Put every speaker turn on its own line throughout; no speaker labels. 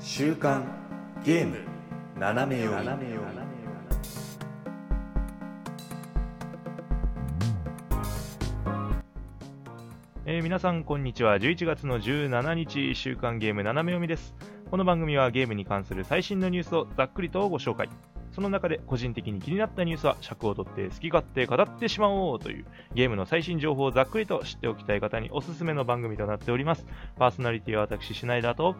週刊ゲーム斜め読み
えー皆さんこんにちは11月の17日週刊ゲーム斜め読みですこの番組はゲームに関する最新のニュースをざっくりとご紹介その中で個人的に気になったニュースは尺を取って好き勝手語ってしまおうというゲームの最新情報をざっくりと知っておきたい方におすすめの番組となっておりますパーソナリティは私シュナイダーと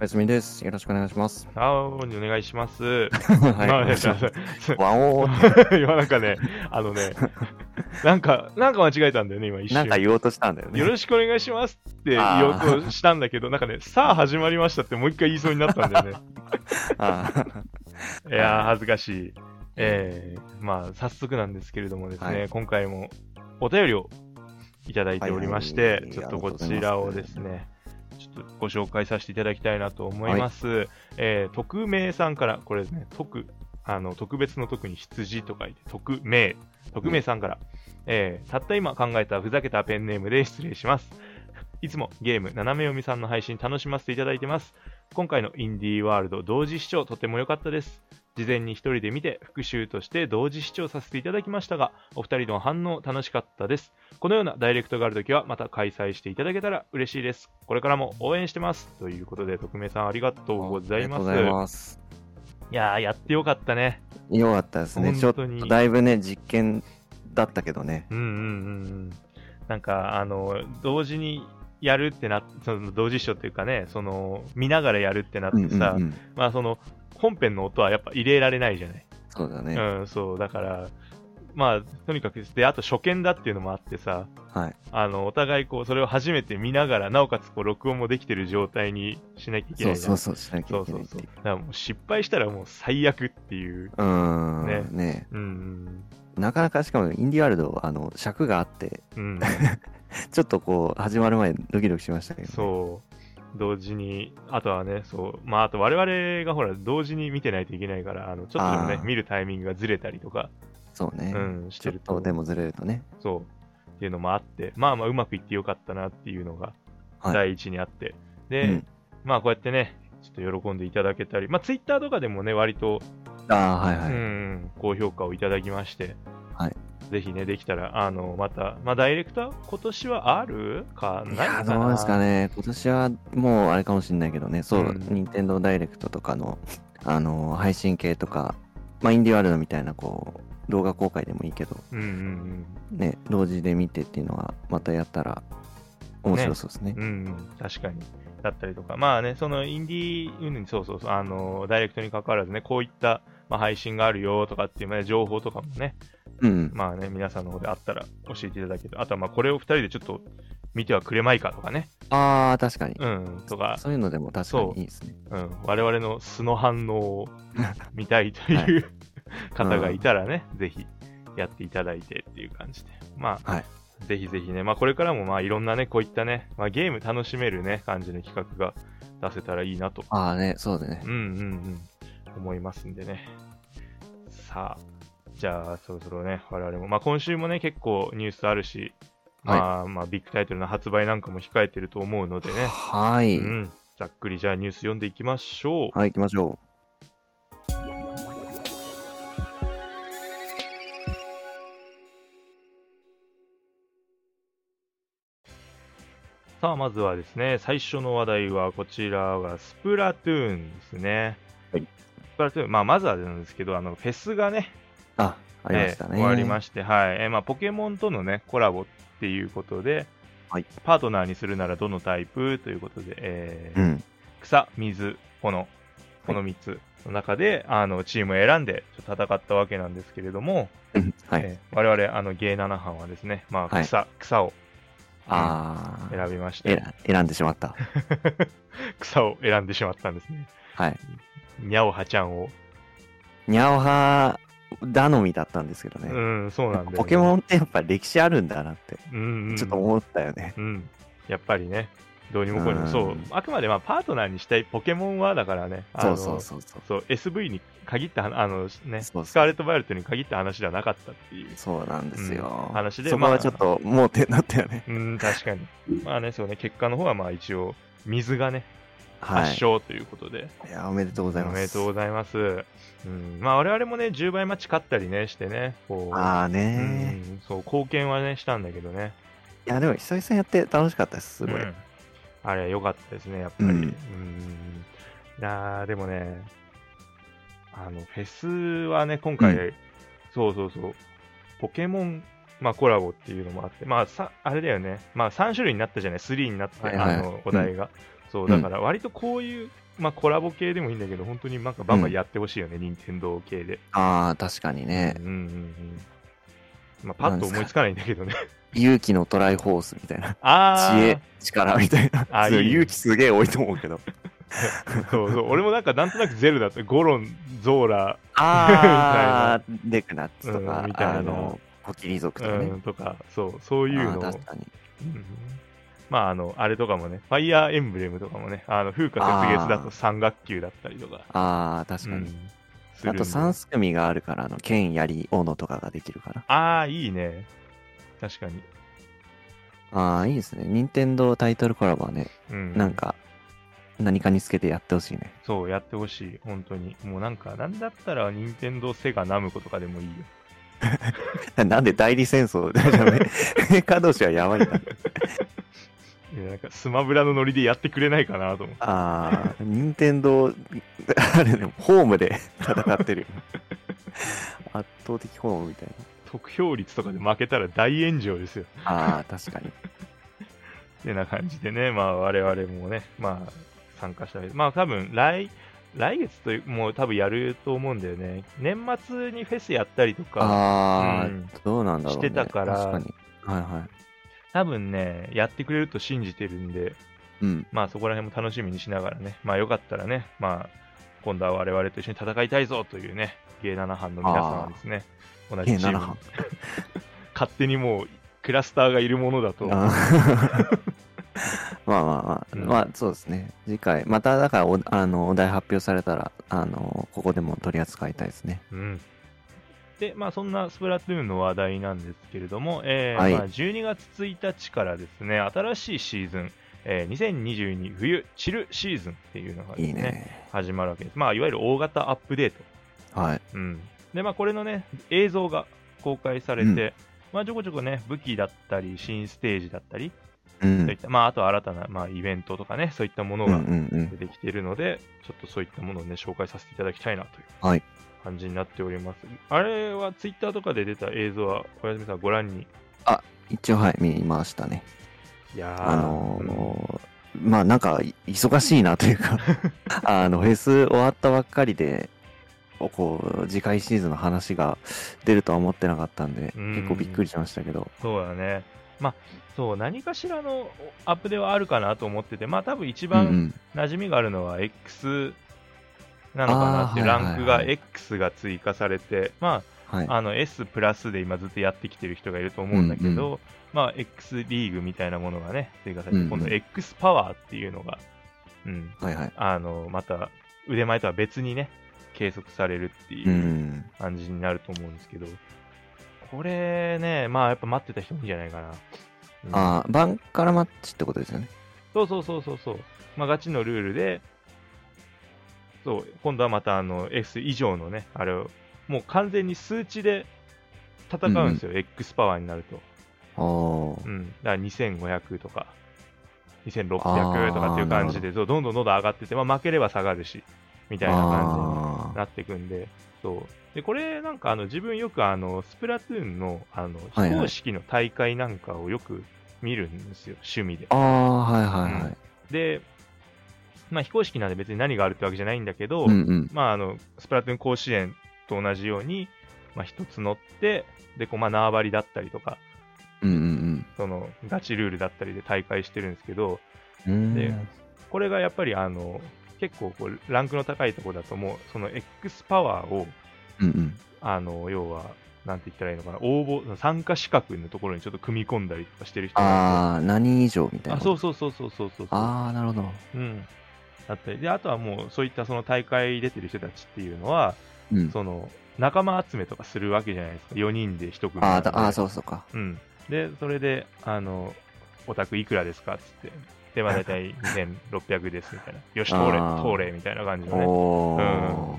おやすみです。よろしくお願いします。
あおにお願いします
は
す ません
ワオーっ
今なんかね、あのね、なんか、なんか間違えたんだよね、今一
てなんか
瞬。
言おうとしたんだよね。
よろしくお願いしますって言おうとしたんだけど、なんかね、さあ始まりましたってもう一回言いそうになったんだ よね。
あー
いやー、恥ずかしい。えー、まあ、早速なんですけれどもですね、
はい
今回もお便りをいただいておりまして、
はいはい
ちょっとこちらをですね、ちょっとご紹介させていただきたいなと思います。えー、匿名さんから、これですね、特、あの、特別の特に羊と書いて、匿名、匿名さんから、えーたった今考えたふざけたペンネームで失礼します。いつもゲーム、斜め読みさんの配信楽しませていただいてます。今回のインディーワールド同時視聴とても良かったです。事前に一人で見て復習として同時視聴させていただきましたが、お二人の反応楽しかったです。このようなダイレクトがあるときはまた開催していただけたら嬉しいです。これからも応援してます。ということで、匿名さんありがとうござい
ありが
ます。
とうございます。
いやー、やってよかったね。
よかったですね。ちょ
本
っ
当に
とだいぶね、実験だったけどね。
うんうんうんうんなんかあの同時にやるってなその同時視聴っていうかねその見ながらやるってなって
うん
さ、
うんうん。
まあその本編の音はやっぱ入れられないじゃない、
そうだね。
うんそうだからまあとにかくであと初見だっていうのもあってさ
はい。
あのお互いこうそれを初めて見ながらなおかつこう録音もできてる状態にしなきゃいけ
そ
な
う
いじ
そ
ゃ
うんそう、しなきゃいけ
そ
ないうっ
そ
てい
うそう
う。
だからもう失敗したらもう最悪っていう
うーんね
うん
なかなかしかもインディワールドはあの尺があって
うんうん
ちょっとこう始まる前ドキドキしましたけどね、
そう。同時に、あとはね、そう、まあ、あと我々がほら、同時に見てないといけないから、あのちょっとでもね
あ、ー
見るタイミングがずれたりとか、
そうね、
うん、し
ち
て
ょっ
る
と
と、
でもずれるとね
そう、っていうのもあって、まあまあ、うまくいってよかったなっていうのが、
はい
第一にあって、で、
うん
まあ、こうやってね、ちょっと喜んでいただけたり、まあ、ツイッターとかでもね、割と、
ああはいはい、
うん、高評価をいただきまして、
はい
ぜひね、できたら、あの、また、まあ、ダイレクター、今年はあるか、ないいのか
や
な
どうですかね、今年はもうあれかもしれないけどね、そうう、
ん
任天堂ダイレクトとかの、 あのー配信系とか、まあ、インディワールドみたいな、こう、動画公開でもいいけど、
うんうんうん。
ね、同時で見てっていうのは、またやったら、面白そうですね。
うんうん、確かに。だったりとか、まあね、そのインディー、うん、そうそうそう、あの、ダイレクトに関わらずね、こういった、まあ、配信があるよとかっていう、ね、情報とかもね、
うん。
まあね、皆さんの方であったら教えていただけるあとは、まあ、これを2人でちょっと見てはくれまいかとかね、
ああ、確かに。
うん、とか、
そういうのでも確かにいいですね。
うん、我々の素の反応を見たいという、方がいたらね、ぜひやっていただいてっていう感じで、まあ、
はい
ぜひぜひね、まあ、これからもまあいろんなね、こういったね、まあ、ゲーム楽しめるね、感じの企画が出せたらいいなと、
ああね、そうだね
う。んうんうん、思いますんでね。さあ、じゃあそろそろね、我々も、まあ、今週もね、結構ニュースあるし、
はい
まあ、まあ、ビッグタイトルの発売なんかも控えてると思うのでね、
はい。
うん、ざっくりじゃあニュース読んでいきましょう。
はい、行きましょ
さあ、まずはですね、最初の話題はこちらはスプラトゥーンですね。
はい
スプラトゥーン、まあ、まずはなんですけど、あのフェスがね、
う。あ、ありましたね。
えー終わりまして、はいえーまあ、ポケモンとの、ね、コラボっていうことで、
はい
パートナーにするならどのタイプということで、えー
うん。
草、水、炎、この3つの中で、あのチームを選んでちょっと戦ったわけなんですけれども、
うんはい。
えー我々あの芸7班はですね、まあ
はい
草草を
ああ、
選びまして、
えら選んでしまった。
草を選んでしまったんですね。
はい。
にゃおはちゃんを。
ニャオハ頼みだったんですけどね。
うん、そうなんだよね、
ポケモンってやっぱ歴史あるんだなって、
うん、うん、
ちょっと思ったよね。
うん。やっぱりね、どうにもこうに
う
も、
ん
そう、あくまでまあパートナーにしたいポケモンは、だからね、あ
そ
の
うそうそうそう。
そう SV に限った話、あのね、
そうそう
スカーレット・バイオレットに限った話ではなかったっていう。
そうなんですよ。
うん話で
そこ
まあ
はちょっと盲点だったよね。
うん、確かに。まあね、そうね、結果の方はまあ一応、水がね、
はい
発祥ということで、
いや、おめでとうござい
お
ます。
めでとうございます。うん、まあ我々もね、10倍待ち勝ったりね、してね、こう、
ああ
う
ね
ん、そう、貢献はね、したんだけどね。
いや、でも久々にやって楽しかったです、すごい。
うんあれは良かったですね、やっぱり。う
うんん、
いやーでもね、あの、フェスはね、今回、
う
そうそうそう、ポケモン、まあコラボっていうのもあって、まあさ、あれだよね、まあ3種類になったじゃない、3になって、
はいはい
あの、お題が。そう、だから割とこういう、まあコラボ系でもいいんだけど、本当になんかバンバンやってほしいよね、任天堂系で。
ああ、確かにね
う。んうんうん。まあパッと思いつかないんだけどね。
勇気のトライホースみたいな。
あ
知
ー
恵、力みたいな。
あー
そう
いいね
勇気すげえ多いと思う けど。
そうそう、俺もなんかなんとなくゼルだって、ゴロン、ゾーラ、
ああ、デクナッツと
う
か
んみ、たいな
あの、コキリ族とかね
う。ん、とか、そう、そういう
ああ
の
ー、
を、
確かに。
うんまあ、あの、あれとかもね、ファイアーエンブレムとかもね、あの、風化雪月だと
あー
三学級だったりとか、
ああ、確か
う
に。
んする
あ
んで
と三すくみがあるから、あの、剣、槍、斧とかができるから。
ああ、いいね。確かに。
ああ、いいですね。任天堂タイトルコラボはね、
うん、
なんか、何かにつけてやってほしいね。
そう、やってほしい、本当に。もうなんか、なんだったら、任天堂セガナムコとかでもいいよ。
なんで代理戦争 だよね。 カドシはやばいな。
いやなんか、スマブラのノリでやってくれないかなと思って。
ああ、任天堂、あれでも、ホームで 戦って るよ。圧倒的ホームみたい
得票率とかで負けたら大炎上ですよ。
な。ああ、確かに。
ってな感じでね、まあ我々もね、まあ参加したい。まあ多分来、来月という、もう多分やると思うんだよね。年末にフェスやったりとか、
ああ、
うん
どうなんだろう、ね。
してたから
確かに。はいはい。
多分ね、やってくれると信じてるんで、
うん。
まあそこら辺も楽しみにしながらね、まあよかったらね、まあ今度は我々と一緒に戦いたいぞというね、ゲイ7班の皆様ですね、同じチー
7
ムに
班。
勝手にもうクラスターがいるものだと、
あーまあまあまあ、
うん
まあそうですね。次回、まただからおあのお題発表されたら、あのここでも取り扱いたいですね。
うん。で、まあ、そんなスプラトゥーンの話題なんですけれども、えー
はい
まあ、12月1日からですね、新しいシーズン、えー2022冬チルシーズンっていうのがで
い
す
い
ね
ね。
始まるわけです。まあ、いわゆる大型アップデート。
はい。
うん。で、まあ、これのね、映像が公開されて、
うん
まあ、ちょこちょこね、武器だったり、新ステージだったり、
う
そういっ
ん。
た、まあ、あとは新たな、まあ、イベントとかね、そういったもの
うんう
が
んうん。
出てきているので、ちょっとそういったものをね、紹介させていただきたいなという
はい
感じになっております。あれはツイッターとかで出た映像は、小泉さんご覧に。
一応はい、見ましたね。
いやー
あのーまあなんかい忙しいなという かあのフェス終わったばっかりでこう次回シーズンの話が出るとは思ってなかったんで
うん
結構びっくりしましたけど
そうだね。まあ、そう、何かしらのアップデはあるかなと思ってて、まあ、多分一
うんう
番
ん
馴染みがあるのは X なのかなってい
あーはいはいはい
う、ランクが X が追加されて、まあ、
はい、
あの S プラスで今ずっとやってきてる人がいると思うんだけど、
うん
まあ X リーグみたいなものがね、追加されて、
うんうん
今度 X パワーっていうのが、うん、
はいはい
あの、また腕前とは別にね、計測されるっていううん感じになると思うんですけど、これね、まあやっぱ待ってた人もいいんじゃないかな。うん
ああバンカラマッチってことですよね
そうそうそうそうそう。まあガチのルールで、そう、今度はまたあの S 以上のね、あれを、もう完全に数値で戦うんですよ、X パワーになると。
おー
うん、だから2500とか、2600とかっていう感じで、そうどんどんどんどん上がってて、まあ、負ければ下がるし、みたいな感じ
あ
になっていくんで、そう。で、これなんかあの自分よくあの、スプラトゥーンのあの、
はいはい
非公式の大会なんかをよく見るんですよ、趣味で
あ。あーはいはいはい
で、まあ非公式なんで別に何があるってわけじゃないんだけど、
うんうん
まああの、スプラトゥーン甲子園と同じように、まあ一つ乗って、で、こう、まあ縄張りだったりとか、
うんうん
そのガチルールだったりで大会してるんですけど、
うんうん
でこれがやっぱりあの結構こうランクの高いところだともうその X パワーを
うんうん
あの要はなんて言ったらいいのかな応募参加資格のところにちょっと組み込んだりとかしてる人が
ああ何以上み
い
た
て
いな
あそうそうそうそうそうそうそう
ああなるほど
うんだったりであとはもうそういったその大会出てる人たちっていうのは
うん
その仲間集めとかするわけじゃないですか4人で1組
あ
な
ー
んで
だあーそうそうか
うん、でそれであの「オタクいくらですか?」っつってで、まあ大体2600ですみ たいな。よし、通れ
あ、ー
通れ、みたいな感じのね。
お
うん
ー。
っ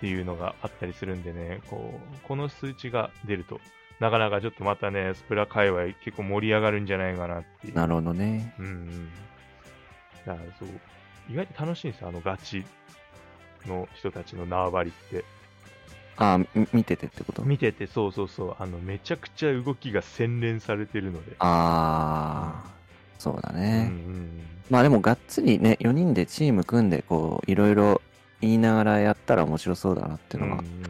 ていうのがあったりするんでね、こう、この数値が出ると、なかなかちょっとまたね、スプラ界隈結構盛り上がるんじゃないかなっていう。
なるほどね。
うんうん。だからそう、意外と楽しいんですよ、あのガチの人たちの縄張りって。
あー、み見ててってこと
見てて、そうそうそう、あの、めちゃくちゃ動きが洗練されてるので。
ああ、そうだ
うんう
ね。
ん
まあでもがっつりね、4人でチーム組んで、こう、いろいろ言いながらやったら面白そうだなって
う。
いうんのは
うんうん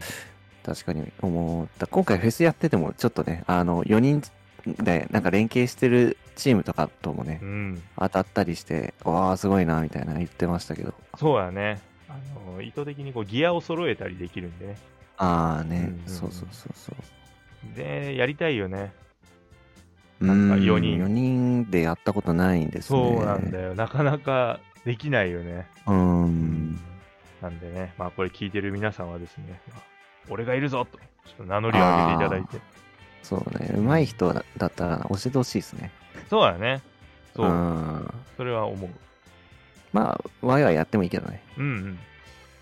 確かに思った。今回フェスやっててもちょっとね、あの、4人でなんか連携してるチームとかともね
う、ん。
当たったりして、わあ、すごいな、みたいな言ってましたけど。
そうだね。あの、意図的にこう、ギアを揃えたりできるんでね。
ああね、
うんうん
そうそうそうそう。
で、やりたいよね。
うん
なんか四人
4人でやったことないんですね。
そうなんだよ。なかなかできないよね。
うん。
なんでね、まあこれ聞いてる皆さんはですね、まあ俺がいるぞと、ちょっと名乗りを上げていただいて。
そうね。上手い人だったら教えてほしいですね。
そうだね。そうう、
ん。
それは思う。
まあ、ワイワイやってもいいけどね。
うんうん。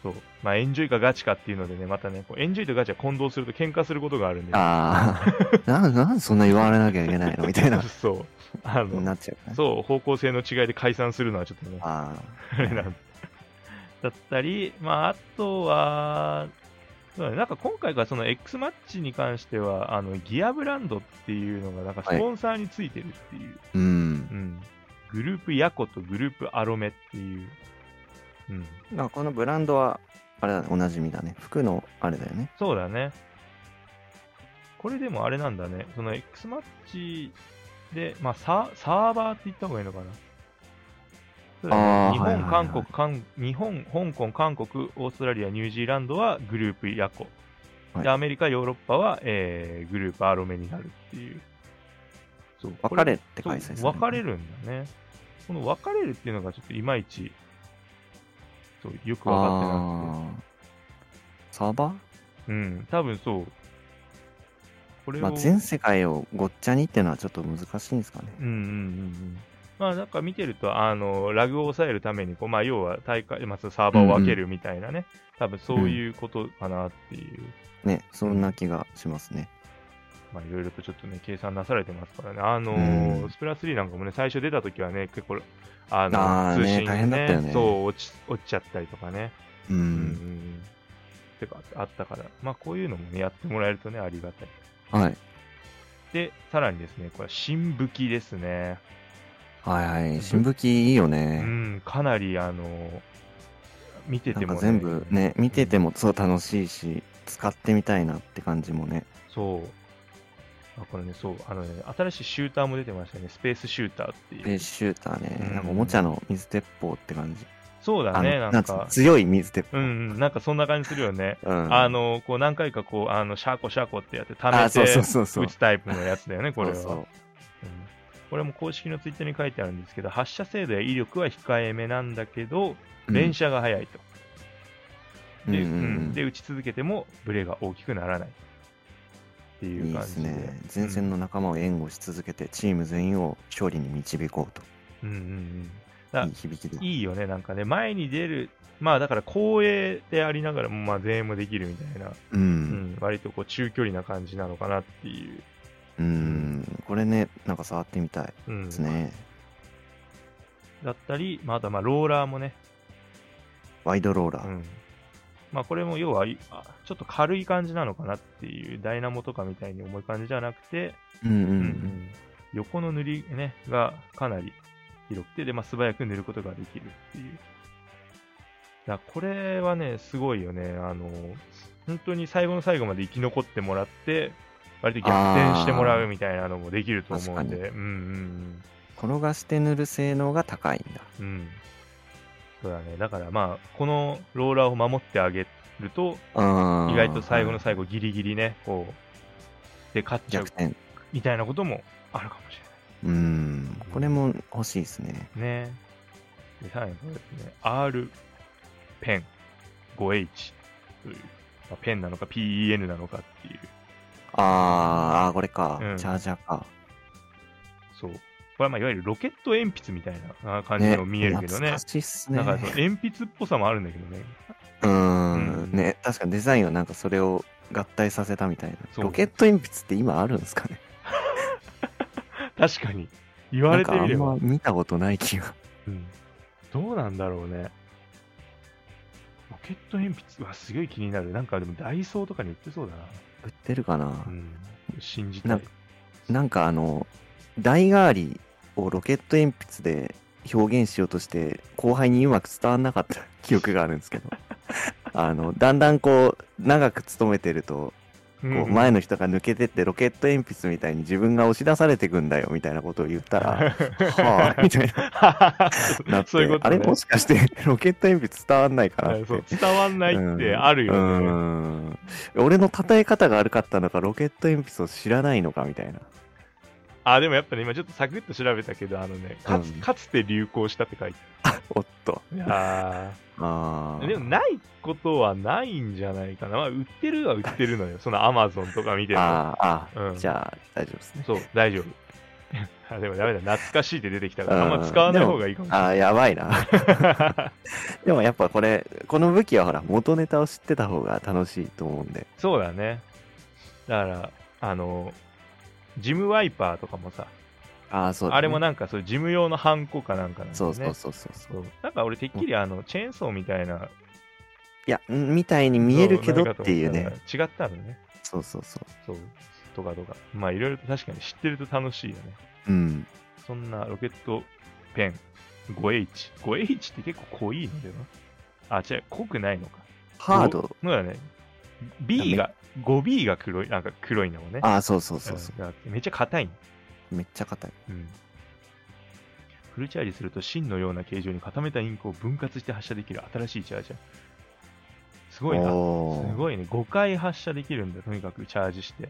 そう。まあエンジョイかガチかっていうのでね、またね、こうエンジョイとガチは混同すると喧嘩することがあるんで、、
ああ、なんなんでそんな言われなきゃいけないのみたいな
そう。あの、
なっちゃうからね。
そう、方向性の違いで解散するのはちょっとね、
あ
あれなんだったり、まあ、あとは、そうだね、なんか今回がその X マッチに関しては、あのギアブランドっていうのが、なんかスポンサーについてるっていう、
あ、うん
う。ん、グループヤコとグループアロメっていう、うん、
まあ、このブランドは、あれだね、おなじみだね。服のあれだよね。
そうだね。これでもあれなんだね、その X マッチで、まあ、サーサーバーって言った方がいいのかな。そうだ
あ
ね
ー
日
はいはい
本、
はい
韓国、韓日本、香港、韓国、オーストラリア、ニュージーランドはグループヤコ。
はい
で、アメリカ、ヨーロッパは、えーグループアロメになるっていう。そう
別れって開催する、
そう分かれ。るんだね。この分かれるっていうのがちょっといまいち、そう、よく分かってなく
あ
て。
あ。サーバ
うん、多分そう。これ
ー、
を、
まあ、全世界をごっちゃにっていうのはちょっと難しいんですかね。
うんうんうんうん。まあなんか見てると、あの、ラグを抑えるために、こう、まあ要は大会、まあサーバーを分けるみたいなね、多分そういうことかなっていう、
ね、そんな気がしますね。
まあいろいろとちょっとね、計算なされてますからね。あの
うん
スプラ3なんかもね、最初出た時はね、結構、あの、
あー
通
ね
信が
大変だったよね
そう、落ち、落ちちゃったりとかね。
う。
うんん。てか、あったから、まあこういうのもね、やってもらえるとね、ありがたい。
はい。
で、さらにですね、これは新武器ですね。
はいはい。新聞記いいよ
う
ね。
ん、かなり、あの、見て
な
て
ん
も、
か全部ね、見ててもそう楽しいし、使ってみたいなって感じもね。
そう。あ、これね、そう、あのね、新しいシューターも出てましたね、スペースシューターって
ペ
い
ー
う。
スシューター
う
ね。
ん
なんかおもちゃの水鉄砲って感じ。
そうだね、
あの
なん
つうの
か、
強い水鉄
う
砲。
ん、うん、なんかそんな感じするよね。
うん
あ、の、こう、何回かこう、あの、シャーコシャーコってやって、溜め
あ、
て、
そうそう
打
そうそう。
つタイプのやつだよ ね、これは。
そうそう
うんこれも公式のツイッターに書いてあるんですけど、発射精度や威力は控えめなんだけど、連射が速いと。
うん
で,、
うんうんうん
で打ち続けてもブレが大きくならないって
い
い
いうで
感
す
じで
ね。前線の仲間を援護し続けて、チーム全員を勝利に導こうと。
うんうんうんあ
いい響き
うん
で。
いいよねなんかね前に出るまあだから後衛でありながらもまあ前衛もできるみたいな、
う。
うんん、割とこう中距離な感じなのかなっていう、
うん。これね、なんか触ってみたい
うん
ですね。
だったり、まあ、あとはまあローラーもね、
ワイドロー
う
ラー。
んまあ、これも要はいあちょっと軽い感じなのかなっていうダイナモとかみたいに重い感じじゃなくて、
うんうんう。
うんん横の塗り、ね、がかなり広くて、でまあ、素早く塗ることができるっていう。だこれはね、すごいよね。あの、本当に最後の最後まで生き残ってもらって、割と逆転してもらうみたいなのもできると思うんで、うんうん
転がして塗る性能が高いんだ。
うん。うん。そうだね。だからまあ、このローラーを守ってあげると、
あー
意外と最後の最後ギリギリね、こう、で勝っちゃう
逆転。
みたいなこともあるかもしれな
う
い。
ん。これも欲しいですね。
ね。で、さらにこれですね、R ペン 5H という、まあ、ペンなのか PEN なのかっていう、
あーあー、これか
うん。
チャージャーか。
そう。これはまあいわゆるロケット鉛筆みたいなあ感じの見えるけどね。
懐かしいっすね。
なんかその鉛筆っぽさもあるんだけどね。
うー
うん
ん、ね、確かにデザインはなんかそれを合体させたみたいな。
そう
ロケット鉛筆って今あるんですかね
確かに。言
な
わ
ん
れて
かあ
み
ん
れば。
ま見たことない気が。
うん、どうなんだろうね。ロケット鉛筆はすごい気になる。なんかでもダイソーとか に売ってそうだな。
売ってるかな
うん、信じた
なん
い
か。なんかあの、代替わりをロケット鉛筆で表現しようとして、後輩にうまく伝わんなかった 記憶があるんです けど、あの、だんだんこう、長く勤めてると、
う
こうん前の人が抜けてって、ロケット鉛筆みたいに自分が押し出されてくんだよ、みたいなことを言った ら、はぁ、みたいな。 なって
そういうこと、
あ
ね、
れもしかして、ロケット鉛筆伝わんないかなっ
はい
て。
そう伝わんないってあるよね。
うんうん俺の叩え方が悪かったのか、ロケット鉛筆を知らないのかみたいな。
あ、でもやっぱね、今ちょっとサクッと調べたけど、あのね、かつ,、
うん
かつて流行したって書いて
おっと。
ある。いや
あ
ー
ー
でもないことはないんじゃないかな。まあ、売ってるは売ってる のよ。そのアマゾンとか見てると。
あーあー、
うん
じゃあ大丈夫ですね。
そう、大丈夫。 あでもダメだ、懐かしいって出てきたから、
うん
あんま使わない方がいいかもしれ
あ
ない。
あ、やばい な。でもやっぱこれ、この武器はほら、元ネタを知ってた方が楽しいと思うんで。
そうだね。だから、あの、ジムワイパーとかもさ、
ああ、そうだ、ね。
あれもなんかそう、ジム用のハンコかなんかなんだ
そ
よ
う
ね。
そうそうそうそう。
そうなんか俺てっきりあのチェーンソーみたいない
や、んみたいに見えるけどっていう
そうな
ね。
んかと思ったら違ったのね
そうそうそう。
そうとかとかまあいろいろと確かに知ってると楽しいよね
うん。
そんなロケットペン 5H5H って結構濃いのではあ違う濃くないのか
ハード。
そうだね B が 5B が黒いなんか黒いのもね
ああ、そうそうそうそう。
うんだからめっちゃ硬いの
めっちゃ硬い。
うんフルチャージすると芯のような形状に固めたインクを分割して発射できる新しいチャージャーすごいな
おー
すごいね、5回発射できるんだ、とにかくチャージして。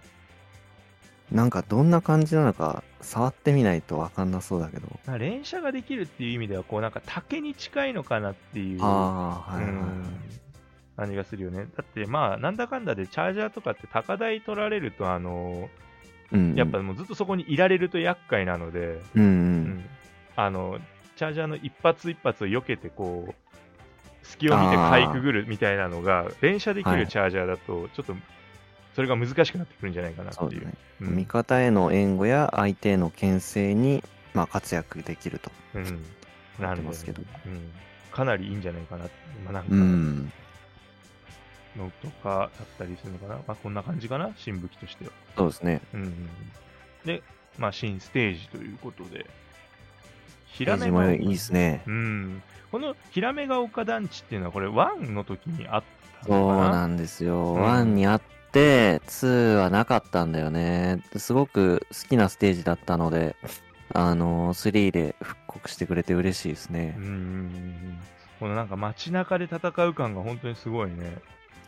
なんかどんな感じなのか触ってみないとわかんなそうだけど。
まあ連射ができるっていう意味では、こうなんか竹に近いのかなっていう
ああ、は
う
いはいはい。
ん感じがするよね。だって、まあ、なんだかんだでチャージャーとかって高台取られると、あの
うんうん
やっぱ、もうずっとそこにいられると厄介なので、
うんう。
うんんあのチャージャーの一発一発を避けて、こう、隙を見てかいくぐるみたいなのが、連射でき
は
る
い
チャージャーだと、ちょっと、それが難しくなってくるんじゃないかなって
そう
い
だ
う。
ね。
うん
味方への援護や相手への牽制に、まあ、活躍できると。
うん、
な
な
っ
る
てま
ほど
すけど
うん、かなりいいんじゃないかなって、まあ、なんか
うん。
のとかだったりするのかな、まあ、こんな感じかな、新武器としては。
そうですね。
うんうんうん、で、まあ、新ステージということで、ひ
平
め
島
が
よいいですね
う。ん、このひらめが丘団地っていうのは、これ、1の時にあった
そ
の
う
かな。
なんですよ。
うん
1にあって、2はなかったんだよね。すごく好きなステージだったので、あのー、3で復刻してくれて嬉しいですね
うん。うんうんうんこのなんか街中で戦う感が本当にすごいね。。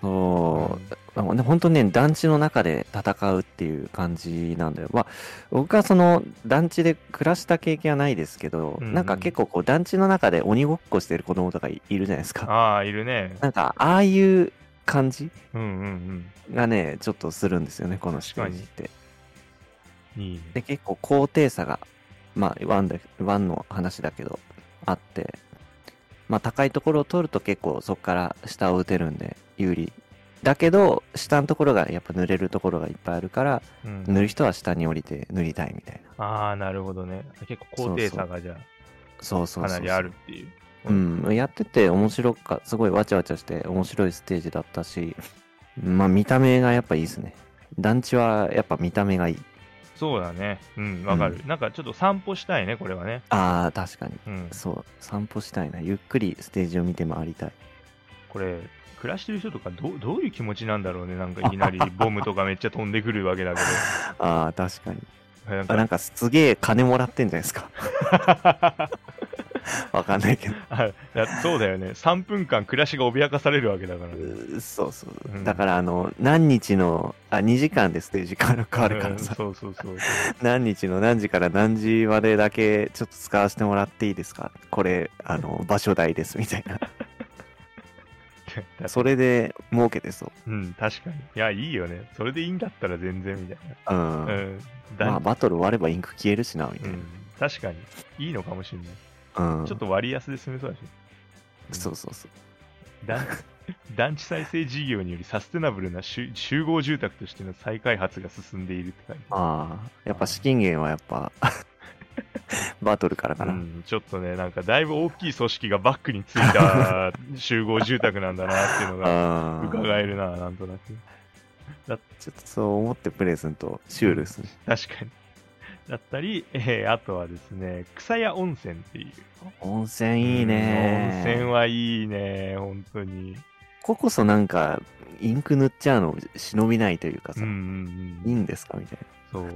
そううんあのね本当にね、団地の中で戦うっていう感じなんだよ。まあ、僕はその団地で暮らした経験はないですけど、
うんうん
なんか結構こう団地の中で鬼ごっこしてる子供とかいいるじゃないですか。
ああ、いるね。
なんか、ああいう感じ
うんうん
がね、ちょっとするんですよね、このステージって。
うん。いいね。
で、結構高低差が、まあ、ワンで、ワンの話だけど、あって、まあ、高いところを取ると結構そこから下を打てるんで、有利。だけど、下のところがやっぱ濡れるところがいっぱいあるから、
うん
塗る人は下に降りて塗りたいみたいな。
ああ、なるほどね。結構高低差がじゃ
そうそうそう
あか
そう
なりある。っていう。
うん、やってて面白か、すごいわちゃわちゃして面白いステージだったし、まあ見た目がやっぱいいですね。団地はやっぱ見た目がいい。
そうだね。うん、わかる、なんかちょっと散歩したいね、これはね。
ああ、確かに。
うん。
そう、散歩したいな。ゆっくりステージを見て回りたい。
これ、暮らしてる人とかどう、どういう気持ちなんだろうね。なんかいき なりボムとかめっちゃ飛んでくるわけだけ
ああ、確かに。
ど。なん
あ
か
なんかすげえ金もらってんじゃないです か。わかんないけど。
あだそうだよね。3分間暮らしが脅かされるわけだからね。
うーそうそう
うん。
だからあの、何日の、あ、2時間でステージ変わる変わるか
うん
らさ。
そうそうそう。
何日の何時から何時までだけちょっと使わせてもらっていいですかこれあの場所代ですみたいな それで儲けてそ、
うん、確かに。いや、いいよね。それでいいんだったら全然みたい
う
う
ん
な。うん。
まあ
だ
バトル終わればインク消えるしなみ
う
たいな、
ん、確かに、いいのかもしれない。
うん。
ちょっと割安で済めそうだし。
そうそうそう。
団 団地再生事業によりサステナブルな集集合住宅としての再開発が進んでいるって書いてあ
ああ、やっぱ資金源はやっぱ、 バトルからか
る、う
な。
ん、ちょっとね、なんかだいぶ大きい組織がバックについ た集合住宅なんだなっていうのが
ああ、
伺えるな、なんとなく。
ちょっとそう思ってプレゼント、シュールですね。
確かに。だったり、えーあとはですね、草屋温泉っていう。
温泉いいね。
温泉はいいね、本当に。
こここそなんか、インク塗っちゃうの忍びないというか
う
さ、
んうん
い
うん。
いんですかみたい
そう。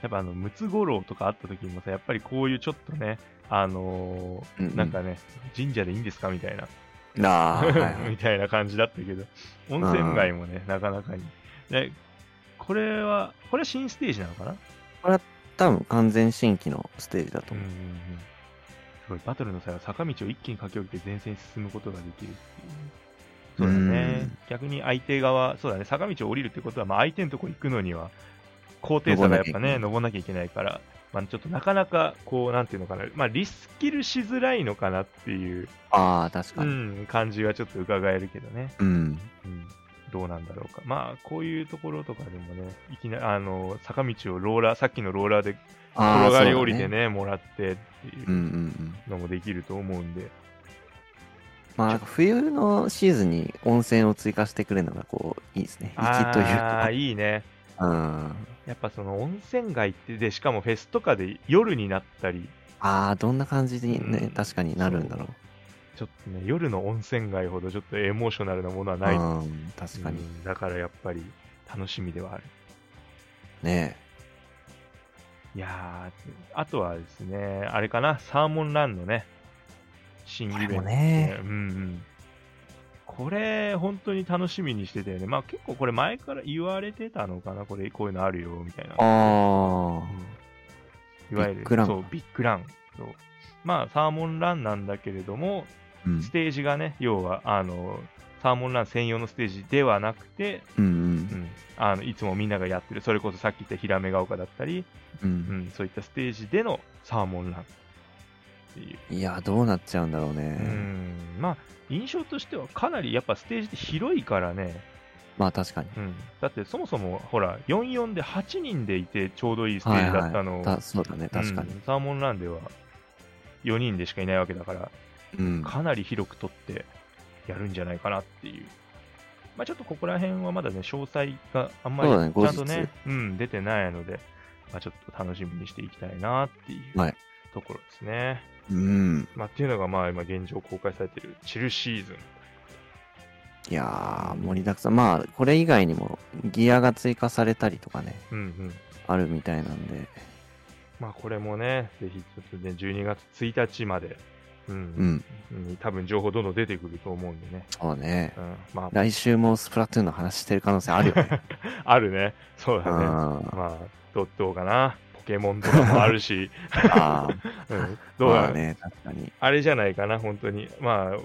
やっぱあの、ムツゴロウとかあった時もさ、やっぱりこういうちょっとね、あのー
な。う
なんかね、神社でいいんですかみたいな、
あ あ、はいは
み
い。
たいな感じだったけど、温泉街もね、なかなかに。で、これは、これは新ステージなのかな
多分完全新規のステージだと
うんうん
思
う
う。
ん。すごい、バトルの際は坂道を一気に駆け下りて前線に進むことができるっていう。そうだ
う
ね
ん。
逆に相手側、そうだね、坂道を降りるってことは、まあ、相手のとこ行くのには、高低差がやっぱね、登らなきゃいけないから、まあ、ちょっとなかなか、こう、なんていうのかな、まあ、リスキルしづらいのかなっていう、
ああ、確
う
かに。
ん、感じはちょっと伺えるけどね。
うん。
うん、どうなんだろうか。まあ、こういうところとかでもね、いきなあの、坂道をローラー、さっきのローラーで
ああ
転がり
そうだ
降りてね、もらってっていううん
うんうん。
のもできると思うんで、
まあ、なんか冬のシーズンに温泉を追加してくれるのが、こう、いいですね。粋という
あ
か
あ、。いいね。
うん。
やっぱその温泉街って、で、しかもフェスとかで夜になったり、
ああ、どんな感じにね、
うん
確かになるんだろう。
ちょっとね、夜の温泉街ほどちょっとエモーショナルなものはない。
うん、確かに。
うんだからやっぱり楽しみではある。
ね
いやー、あとはですね、あれかな、サーモンランのね、新イベン
これも
ト
ね
うんうん。これ、本当に楽しみにしてたよね。まあ結構これ前から言われてたのかな、これこういうのあるよ、みたいな。
え。あ
いわゆる
ビッグラン
そうビッグランそうまあサーモンランなんだけれども、
あ。うん
ス。テージがね要はあのサーモンラン専用のステージではなくて、
うんう。
うんん、あのいつもみんながやってるそれこそさっき言ったヒラメが丘だったり、
う。
うんん、そういったステージでのサーモンランっていう、
いや、どうなっちゃうんだろう
う
ね。
んまあ印象としてはかなりやっぱステージって広いからね、
まあ、確かに。
うん、だってそもそもほら44で8人でいてちょうどいいステ
は
ー
い
ジだった
は
のを
い。たそうだね、確か
う
に。
んサーモンランでは4人でしかいないわけだから、
うん。
かなり広く取ってやるんじゃないかなっていう。まあ、ちょっとここら辺はまだね、詳細があんまり
そうだね
ちゃんとね、
後日
うん、出てないので、まあ、ちょっと楽しみにしていきたいなっていう
はい
ところですね。
うん。
まあ、っていうのが、まあ、今現状公開されているチルシーズン。
いやー、盛りだくさん。まあ、これ以外にも、ギアが追加されたりとかね、
うんうん。
あるみたいなんで。
まあ、これもね、ぜひ、ちょっとね、12月1日まで、う、
うんん。
うん、多分情報どんどん出てくると思うんでね。
そうね
う。ん、まあ、
来週もスプラトゥーンの話してる可能性あるよね。
あるね。そう
う
だ
ん。
ね。
あ
まあ、どどうかな。ポケモンとかもあ るし、
あー、
うん、 どう
ま
だ
あ
ろう
ね、確かに。
あれじゃないかな、本当に。まあ、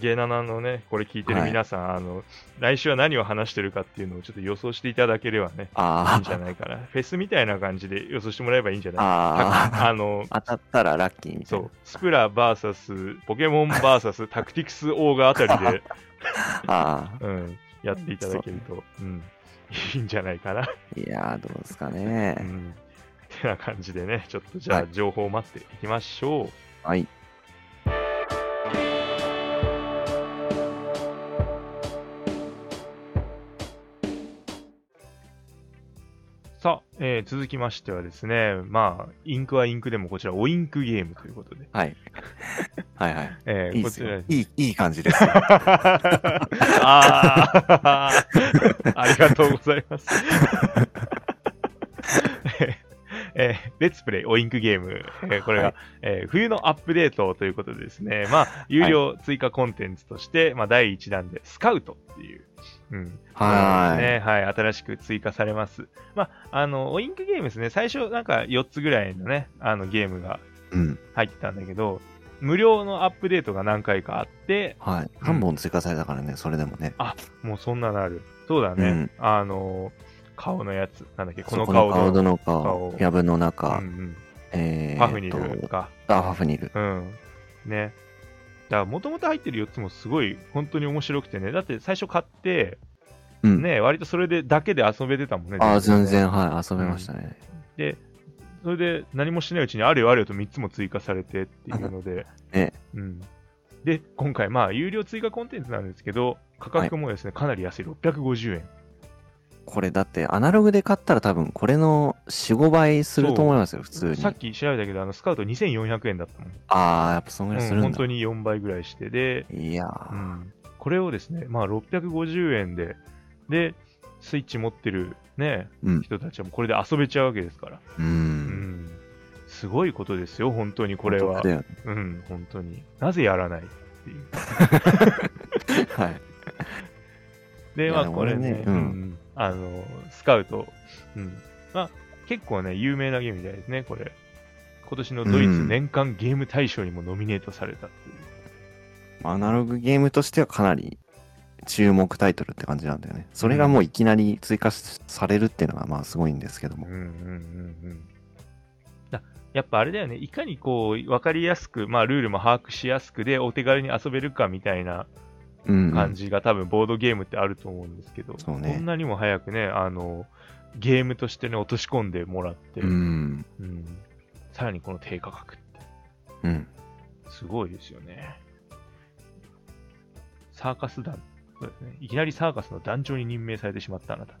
ゲナナのね、これ聞いてる皆さん、あの、来週は何を話してるかっていうのをちょっと予想していただければね、いい
あ
んじゃないかな。フェスみたいな感じで予想してもらえばいいんじゃ
あ、
ない
ああ、
あ の、
当たったらラッキーみた
そ
いな
う。、スプラ VS、ポケモン VS、タクティクスオーガあたりで、
あ
うん、やっていただけると、うん、いいんじゃないかな。
あ、いやー、どうですか
う
ね。
ん。てな感じでね、ちょっとじゃあ
は
情報を待っていきましょう。
はい。
さあ、えー続きましてはですね、まあ、インクはインクでもこちら、おインクゲームということで、
はい。はいはい。
え
い
ー
いっ
こ
す
ちら
よ
で。す。
いい、いい感じ ですよ。
あー ありがとうございます。 えーレッツプレイおインクゲーム、えーこれが、
はい
えー冬のアップデートということでですね、まあ、有料追加コンテンツとして、まあ、第1弾でスカウトっていう、うん、
はーい。
ね、はい、新しく追加されます。まあ、あの、オインクゲームですね、最初なんか4つぐらいのね、あのゲームが
うん。
入ってたんだけど、無料のアップデートが何回かあって、
はい。3本追加されたからね、それでもね。
もうそんなのある。そうだ
う
ね、
ん
あの、顔のやつ、なんだっけ、こ
そう
の
この
顔
顔、
の。
どの
顔
顔、やぶの
う
中
んう、ん
えー、
パフニルか。
あ、ファフニル。
うん。ね。だから、もともと入ってる4つもすごい、本当に面白くてね。だって、最初買って、
うん。
ね、割とそれでだけで遊べてたもんね。
あ、全然、はい、遊べましたね。
で、それで何もしないうちにあるよあるよと3つも追加されてっていうので、
ね
うん、で、今回、まあ、有料追加コンテンツなんですけど、価格もですね、かなり安い、650円。
これだって、アナログで買ったら多分、これの4、5倍すると思いますよ、普通に。
さっき調べたけど、あのスカウト2400円だったもん。
ああ、やっぱそんぐらいす
う
る
ん、
ん
本
だ。
当に4倍ぐらいして、で、
いや
う
ー、
ん、これをですね、まあ、650円で、で、スイッチ持ってる、ね
うん
人たちはもうこれで遊べちゃうわけですから、
う。
うんん、すごいことですよ、本当にこれ
お
は
得。だよね
うん、本当に。なぜやらないっていう。
はい。
で、
いや
まあ、
でも
これね、
俺ねうん
うんあの、スカウト、うん。まあ、結構ね、有名なゲームみたいですね、これ。今年のドイツ年間ゲーム大賞にもノミネートされたっていう。
アナログゲームとしてはかなり注目タイトルって感じなんだよね。それがもういきなり追加しされるっていうのが、まあ、すごいんですけども
うん。うんうんうん。だやっぱあれだよね、いかにこう、わかりやすく、まあ、ルールも把握しやすくで、お手軽に遊べるかみたいな
うん。
感じが多分ボードゲームってあると思うんですけど、
そうね
こんなにも早くね、あの、ゲームとしてね、落とし込んでもらって、
うん。
うんさらにこの低価格って、
うん。
すごいですよね。サーカス団、そうですね。いきなりサーカスの団長に任命されてしまったあなた。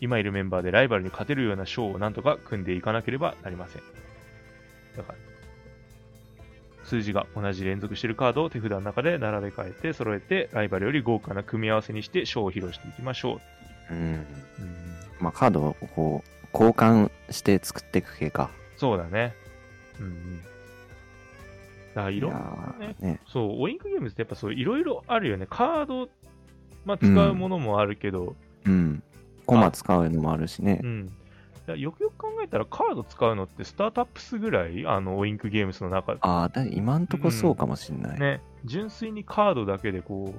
今いるメンバーでライバルに勝てるような賞をなんとか組んでいかなければなりません。だから、数字が同じ連続しているカードを手札の中で並べ替えて揃えて、ライバルより豪華な組み合わせにして賞を披露していきましょ
うん。
う。うん
まあ、カードをこう、交換して作っていく系か。
そうだね。うんうん。だからいろんなね
いやーね。
そう、オインクゲームズってやっぱそういろいろあるよね。カード、まあ、使うものもあるけど、
うん。コマ使うのもあるしね
うん。。だからよくよく考えたらカード使うのってスタートアップスぐらい、あの、オインクゲームズの中で。
ああ、だ今んとこそうかもしんない。
ね、純粋にカードだけでこ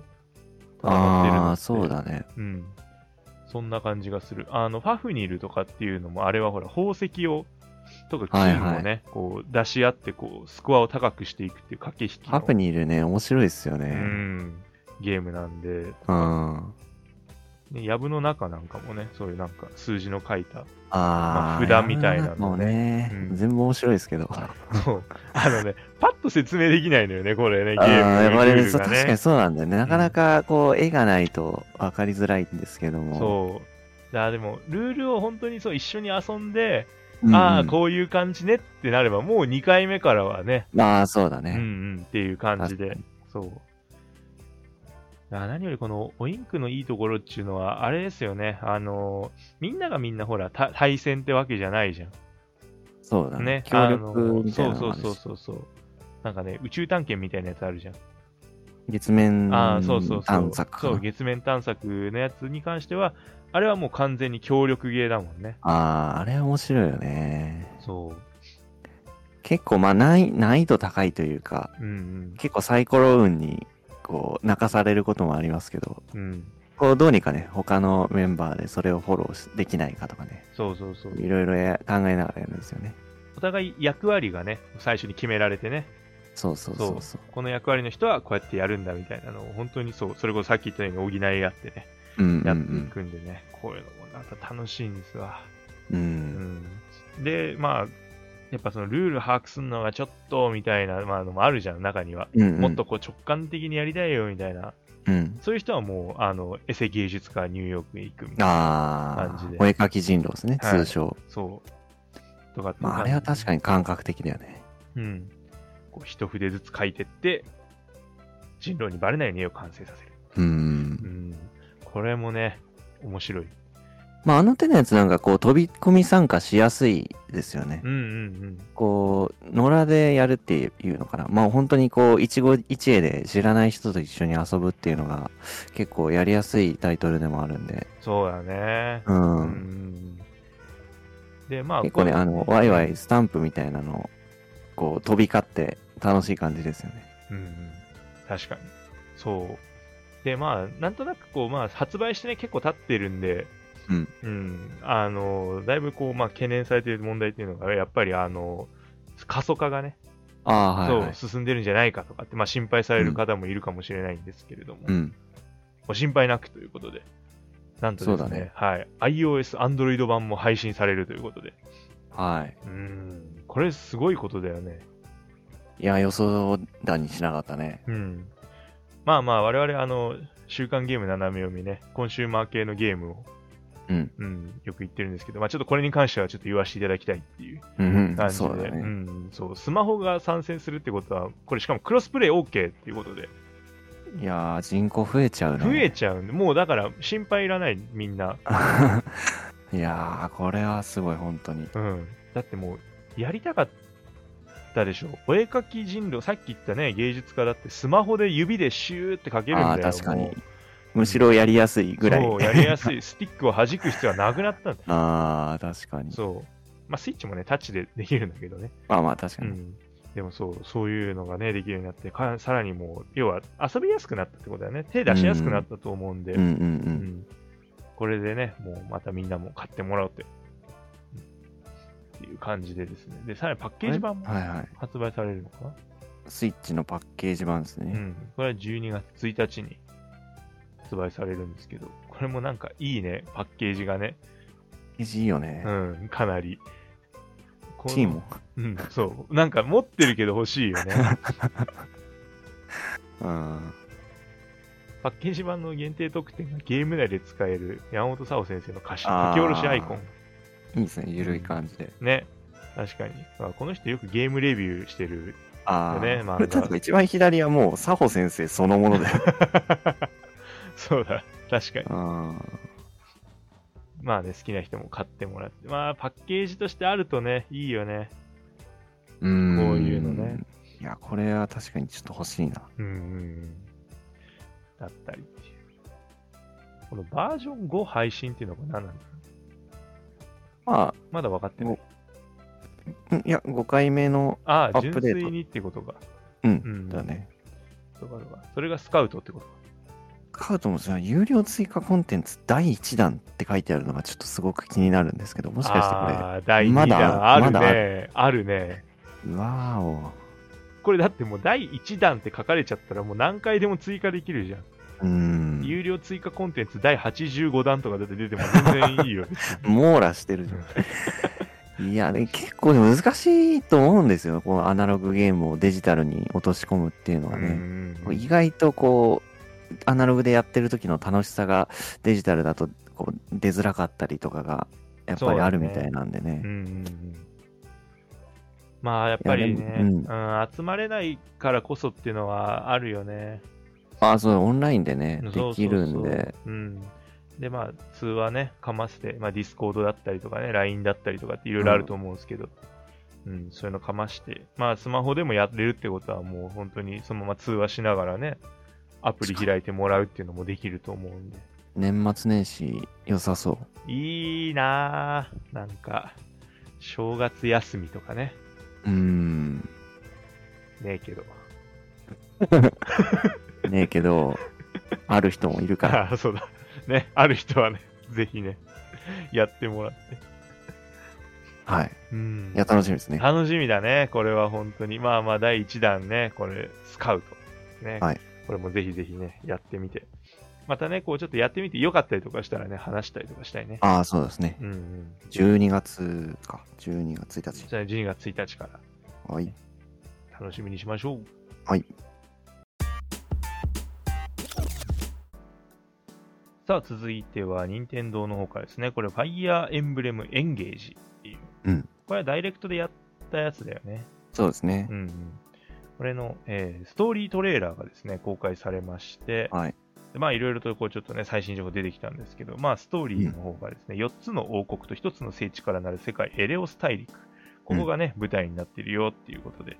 う、
ああ、
戦って
そ
るのって
う。だね。
うん。そんな感じがする。あの、ファフニルとかっていうのも、あれはほら、宝石を、とか金をね、
はいは
こう、出し合って、こう、スコアを高くしていくっていう駆け引きの。
ハプニルね、面白いですよ
う
ね。
ん、ゲームなんで、
うん。あ
ね、藪の中なんかもね、そういうなんか数字の書いた、
あー。
札みたいなの
もう
ね
ね
う、ん
全部面白いですけど。あ
そう、あのね、パッと説明できないのよね、これね、ゲ
あー、
ーム
や
の
っぱ
ル
り
ー
そ
ル
う
が
確かに
ね。
そうなんだよね。なかなかこう、絵がないと分かりづらいんですけども。
そう。だからでも、ルールを本当にそう一緒に遊んで、
うんうん。
ああ、こういう感じねってなれば、もう2回目からはね、
まあ、そうだ
うん
ね。
うんっていう感じ
確
で
かに、
そう。あ何よりこのオインクのいいところっていうのは、あれですよね、あのみんながみんなほら、た対戦ってわけじゃないじゃん。
そうだね
ね。。
協力みたいな
あの
のもあるし
そうそうそうそうそう。なんかね、宇宙探検みたいなやつあるじゃん。
月面
ああ、そうそうそう。
探索か
そう、
な。
月面探索のやつに関しては、あれはもう完全に協力ゲーだもんね。
ああ、あれ面白いよね。
そ
結構まあ難易難易度高いというか、
う。うん
結構サイコロ運にこう泣かされることもありますけど、
うん。うん。
こうどうにかね、他のメンバーでそれをフォローしできないかとかね、
そうそうそう。
いろいろや考えながらやるんですよね。
お互い役割がね、最初に決められてね、
そうそうそうそう。
この役割の人はこうやってやるんだみたいなのを、本当にそう、それこそさっき言ったように補い合ってね、
うんうんう
やってい
ん。
くんでね、こういうのもまた楽しいんですわ。
う。
うんんで、まあ、やっぱそのルール把握するのがちょっとみたいな、まあ、のもあるじゃん、中には。
うんうん
もっと、こう直感的にやりたいよみたいな、
うん。
そういう人はもう、あの、エセ芸術家、ニューヨークへ行くみたいな。
あ
感じで
あ、お絵描き人狼ですね、
はい
通称。
そう。とかっていう感じ
まあ、あれは確かに感覚的だよね。
うん。こう、一筆ずつ書いてって、人狼にバレないように絵を完成させる。
う。
うんん。これもね、面白い。
まあ、あの手のやつなんかこう飛び込み参加しやすいですよね。
うんうん
こう、野良でやるっていうのかな。まあ本当にこう、一期一会で知らない人と一緒に遊ぶっていうのが結構やりやすいタイトルでもあるんで。
うん。そうだね。
う。
うんん。で、まあ、
結構ね、
こう
あの、ワイワイスタンプみたいなのをこう飛び交って楽しい感じですよね。
うんうん、確かに。そう。で、まあ、なんとなくこう、まあ、発売してね、結構経ってるんで、
うん。
うん。あの、だいぶこう、まあ、懸念されている問題っていうのが、やっぱりあの、過疎化がね、
ああ、はい、はい。
そう進んでるんじゃないかとかって、まあ、心配される方もいるかもしれないんですけれども、
うん。
ご心配なくということで、なんとで
そ
す
うだ
ね、
ね
はい、iOS、Android 版も配信されるということで、
はい。
うーん、これすごいことだよね。
いや、予想だにしなかったね。
うん。まあまあ、我々、あの、週刊ゲーム斜め読みね、コンシューマー系のゲームを、
うん。
うん、よく言ってるんですけど、まあちょっとこれに関してはちょっと言わせていただきたいっていう
うん、う
感
ん。
じで、
そうだ
う
ね。
ん、そう、スマホが参戦するってことは、これしかもクロスプレイ OK っていうことで、
いやー、人口増えちゃうね。
増えちゃうんで、もうだから心配いらない、みんな。
いやー、これはすごい、本当に。
うん。だってもう、やりたかったでしょ。お絵描き人狼、さっき言ったね、芸術家だって、スマホで指でシューって描けるんだよ。
ああー、確か
も
に
う。
むしろやりやすいぐらい。
そう、やりやすい。スティックを弾く必要はなくなったんだ。
ああ、確かに。
そう。まあ、スイッチもね、タッチでできるんだけどね。
まあまあ、確か
う
に。
ん。でもそう、そういうのがね、できるようになって、かさらにもう、要は遊びやすくなったってことだよね。手出しやすくなったと思うんで、
うんうんう。
うんんこれでね、もうまたみんなも買ってもらおうって。っていう感じでですね。で、さらにパッケージ版も
はいはい。
発売されるのかな、
スイッチのパッケージ版です
う
ね。
ん。これは12月1日に発売されるんですけど、これもなんかいいね、パッケージがね。
いいよね
う。ん、かなり。この
チーム。
うん、そう。なんか持ってるけど欲しいよね。
うん。
パッケージ版の限定特典がゲーム内で使える山本沙央先生の歌詞、書
あー
き下ろしアイコン。
いいですね。ゆるい感じで。
ね。確かに。あこの人よくゲームレビューしてる。
ああ、
でねまあ
これ確か一番左はもう、佐保先生そのものだ よ。
そうだ。確かに。
うん。
まあね、好きな人も買ってもらって。まあ、パッケージとしてあるとね、いいよね。
こう
こういうのね。
いや、これは確かにちょっと欲しいな。
うんうんうん。だったりっていう。このバージョン5配信っていうのが何なんだろ
ま
うまだ分かってない。
あ、んいや、5回目の、
あ
ア
あ、
ッ
純
プデート
粋にってことか。
うん、
うん。
だ。ね。
そうかそうか。それがスカウトってことか。
カードもさ、有料追加コンテンツ第1弾って書いてあるのがちょっとすごく気になるんですけど、もしかしてこ
ああ、第2弾
まだ
ある
まだあ
ね。あるね。
れ、うわーお。
これだってもう第1弾って書かれちゃったらもう何回でも追加できるじゃん。
うーん。
有料追加コンテンツ第85弾とかだって出ても全然い いよね。
網羅してるじゃん。いや、ね、結構ね難しいと思うんですよ。このアナログゲームをデジタルに落とし込むっていうのは
う
ね。
んうんうん
意外とこう、アナログでやってる時の楽しさがデジタルだとこう出づらかったりとかがやっぱりあるみたいなんでね。
うんうんうんまあやっぱり
いや
ね、
で
う
も
ん集まれないからこそっていうのはあるよね。
あ、そう、オンラインでね、
そうそう
で
そう
きるんで。。
うん、で、まあ通話ね、かませて、まあ、ディスコードだったりとかね、LINE だったりとかっていろいろあると思うんですけど、うんそういうのかまして、まあスマホでもやれるってことはもう本当にそのまま通話しながらね、アプリ開いてもらうっていうのもできると思うんで。
年末年始良さそう。
いいなぁ。なんか、正月休みとかね。
うーん。
ねえけど。
ねえけど、ある人もいる から。
ああ、そうだ。ね、ある人はね、ぜひね、やってもらって。
はい。
うん
い。や、楽しみですね。
楽しみだね、これは本当に。まあまあ、第1弾ね、これ、スカウト。ね。
はい
これもぜひぜひね、やってみて。またね、こう、ちょっとやってみてよかったりとかしたらね、話したりとかしたいね。
ああ、そうですね
う。ん、うん。
12月か。12月1日。
じゃあ、12月1日から
はい。
楽しみにしましょう。
はい。
さあ、続いては、任天堂の方からですね。これ、ファイアーエンブレムエンゲージっていう。
うん
これはダイレクトでやったやつだよね。
そうですね
う。ん、うん。これの、えーストーリートレーラーがですね、公開されまして、
はい。
でまあ、いろいろとこうちょっとね、最新情報出てきたんですけど、まあ、ストーリーの方がですね、4つの王国と1つの聖地からなる世界、エレオス大陸。ここがね、舞台になってるよっていうことで。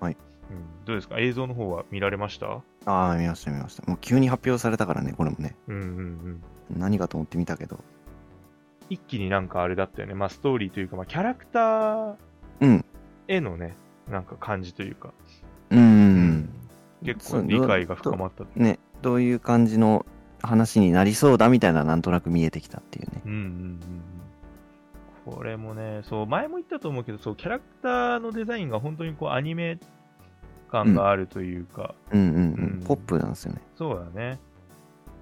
はい
うん、どうですか映像の方は見られました
ああ、見ました、見ました。もう急に発表されたからね、これもね。
うんうんうん。
何かと思ってみたけど。
一気になんかあれだったよね。まあ、ストーリーというか、まあ、キャラクター
うん。
へのね、なんか感じというか、
うーん。
結
そ
構
う
理解が深まった。
ね、どういう感じの話になりそうだみたいな、なんとなく見えてきたっていうね。
うんうんうんうん。これもね、そう、前も言ったと思うけど、そう、キャラクターのデザインが本当にこう、アニメ感があるというか、
うんうんうん。
うん
ポップなんですよね。
そうだね。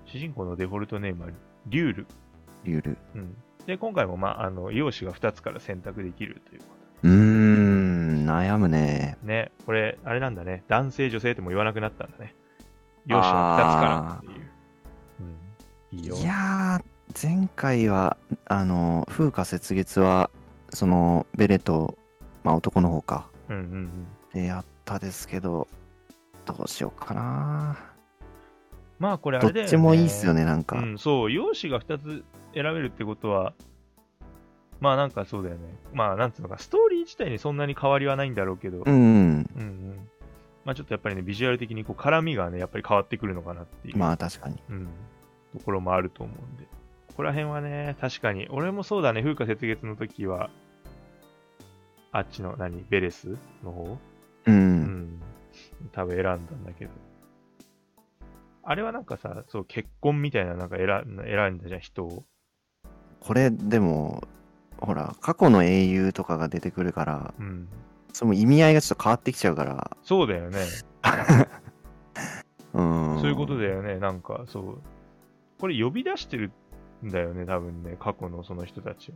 主人公のデフォルトネームは、リュール。
リュール。
うん。で、今回も、まあ、あの、容姿が2つから選択できるというこ
うーん、悩むね。
と。ね、これ、あれなんだね。男性、女性とも言わなくなったんだね。容姿が2つからっていう。うん。いいよ。
いやー、前回は、あの、風花雪月は、その、ベレと、まあ男の方か、
うんうんうん。
でやったですけど、どうしようかな。
まあ、これ、あ
ど
れだよ
っ
ね。
ちもいいっすよね、なんか。
うん、そう、容姿が2つ選べるってことは、まあなんかそうだよね。まあなんつうのか、ストーリー自体にそんなに変わりはないんだろうけど、
うん、うん。
うんうんまあちょっとやっぱりね、ビジュアル的にこう絡みがね、やっぱり変わってくるのかなっていう、
まあ確かに。
うん、ところもあると思うんで。ここら辺はね、確かに。俺もそうだね、風花雪月の時は、あっちの何、ベレスの方
う。
うんん。多分選んだんだけど。あれはなんかさ、そう、結婚みたいな、なんか選ん選んだじゃん、人を。
これ、でも、ほら、過去の英雄とかが出てくるから、
うん。
その意味合いがちょっと変わってきちゃうから、
そうだよね。
うん。
そういうことだよね。なんか、そう。これ呼び出してるんだよね、多分ね、過去のその人たち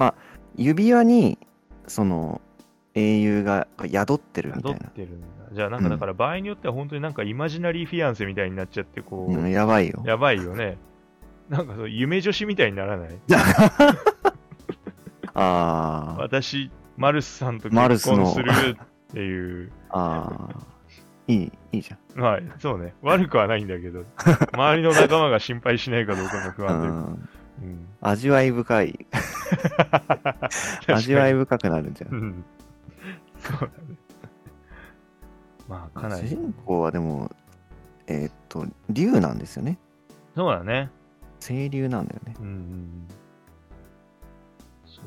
を。
指輪にその英雄が宿ってるみた
宿
いな
ってるんだ。じゃあ、なんかだから場合によっては本当になんかイマジナリーフィアンセみたいになっちゃって、こう、
うんやばいよ
やばいよね。なんかそう、夢女子みたいにならない
あー
私、マルスさんと
マル
結
スの
婚するっていう。
あーいいいいじゃん
まあ、そうね。悪くはないんだ けど、周りの仲間が心配しないかどうかが不安というか。
うん
うん。
味わい深い味わい深くなるんじゃ
うんん。そうだね。まあ、かな
主
り。
人公はでもえーっと竜なんですよね
そうだね。
清流なんだよね
うんうんうん。そう。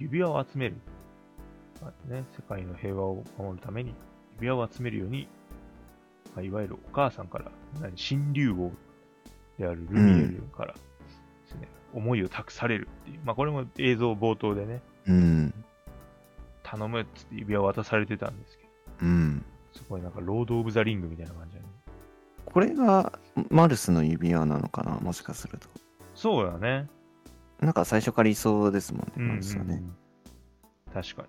指輪を集める。まあね、世界の平和を守るために、指輪を集めるように、まあ、いわゆるお母さんから、何、新竜王であるルミエルからですね、思いを託されるっていう。まあ、これも映像冒頭でね、
うん
頼むっつって指輪を渡されてたんですけど、
うん
すごいなんかロード・オブ・ザ・リングみたいな感じだね。
これがマルスの指輪なのかなもしかすると
そうだね。
なんか最初からいそうですもんね、
うんうん
マ
うん
ルスはね
確かに。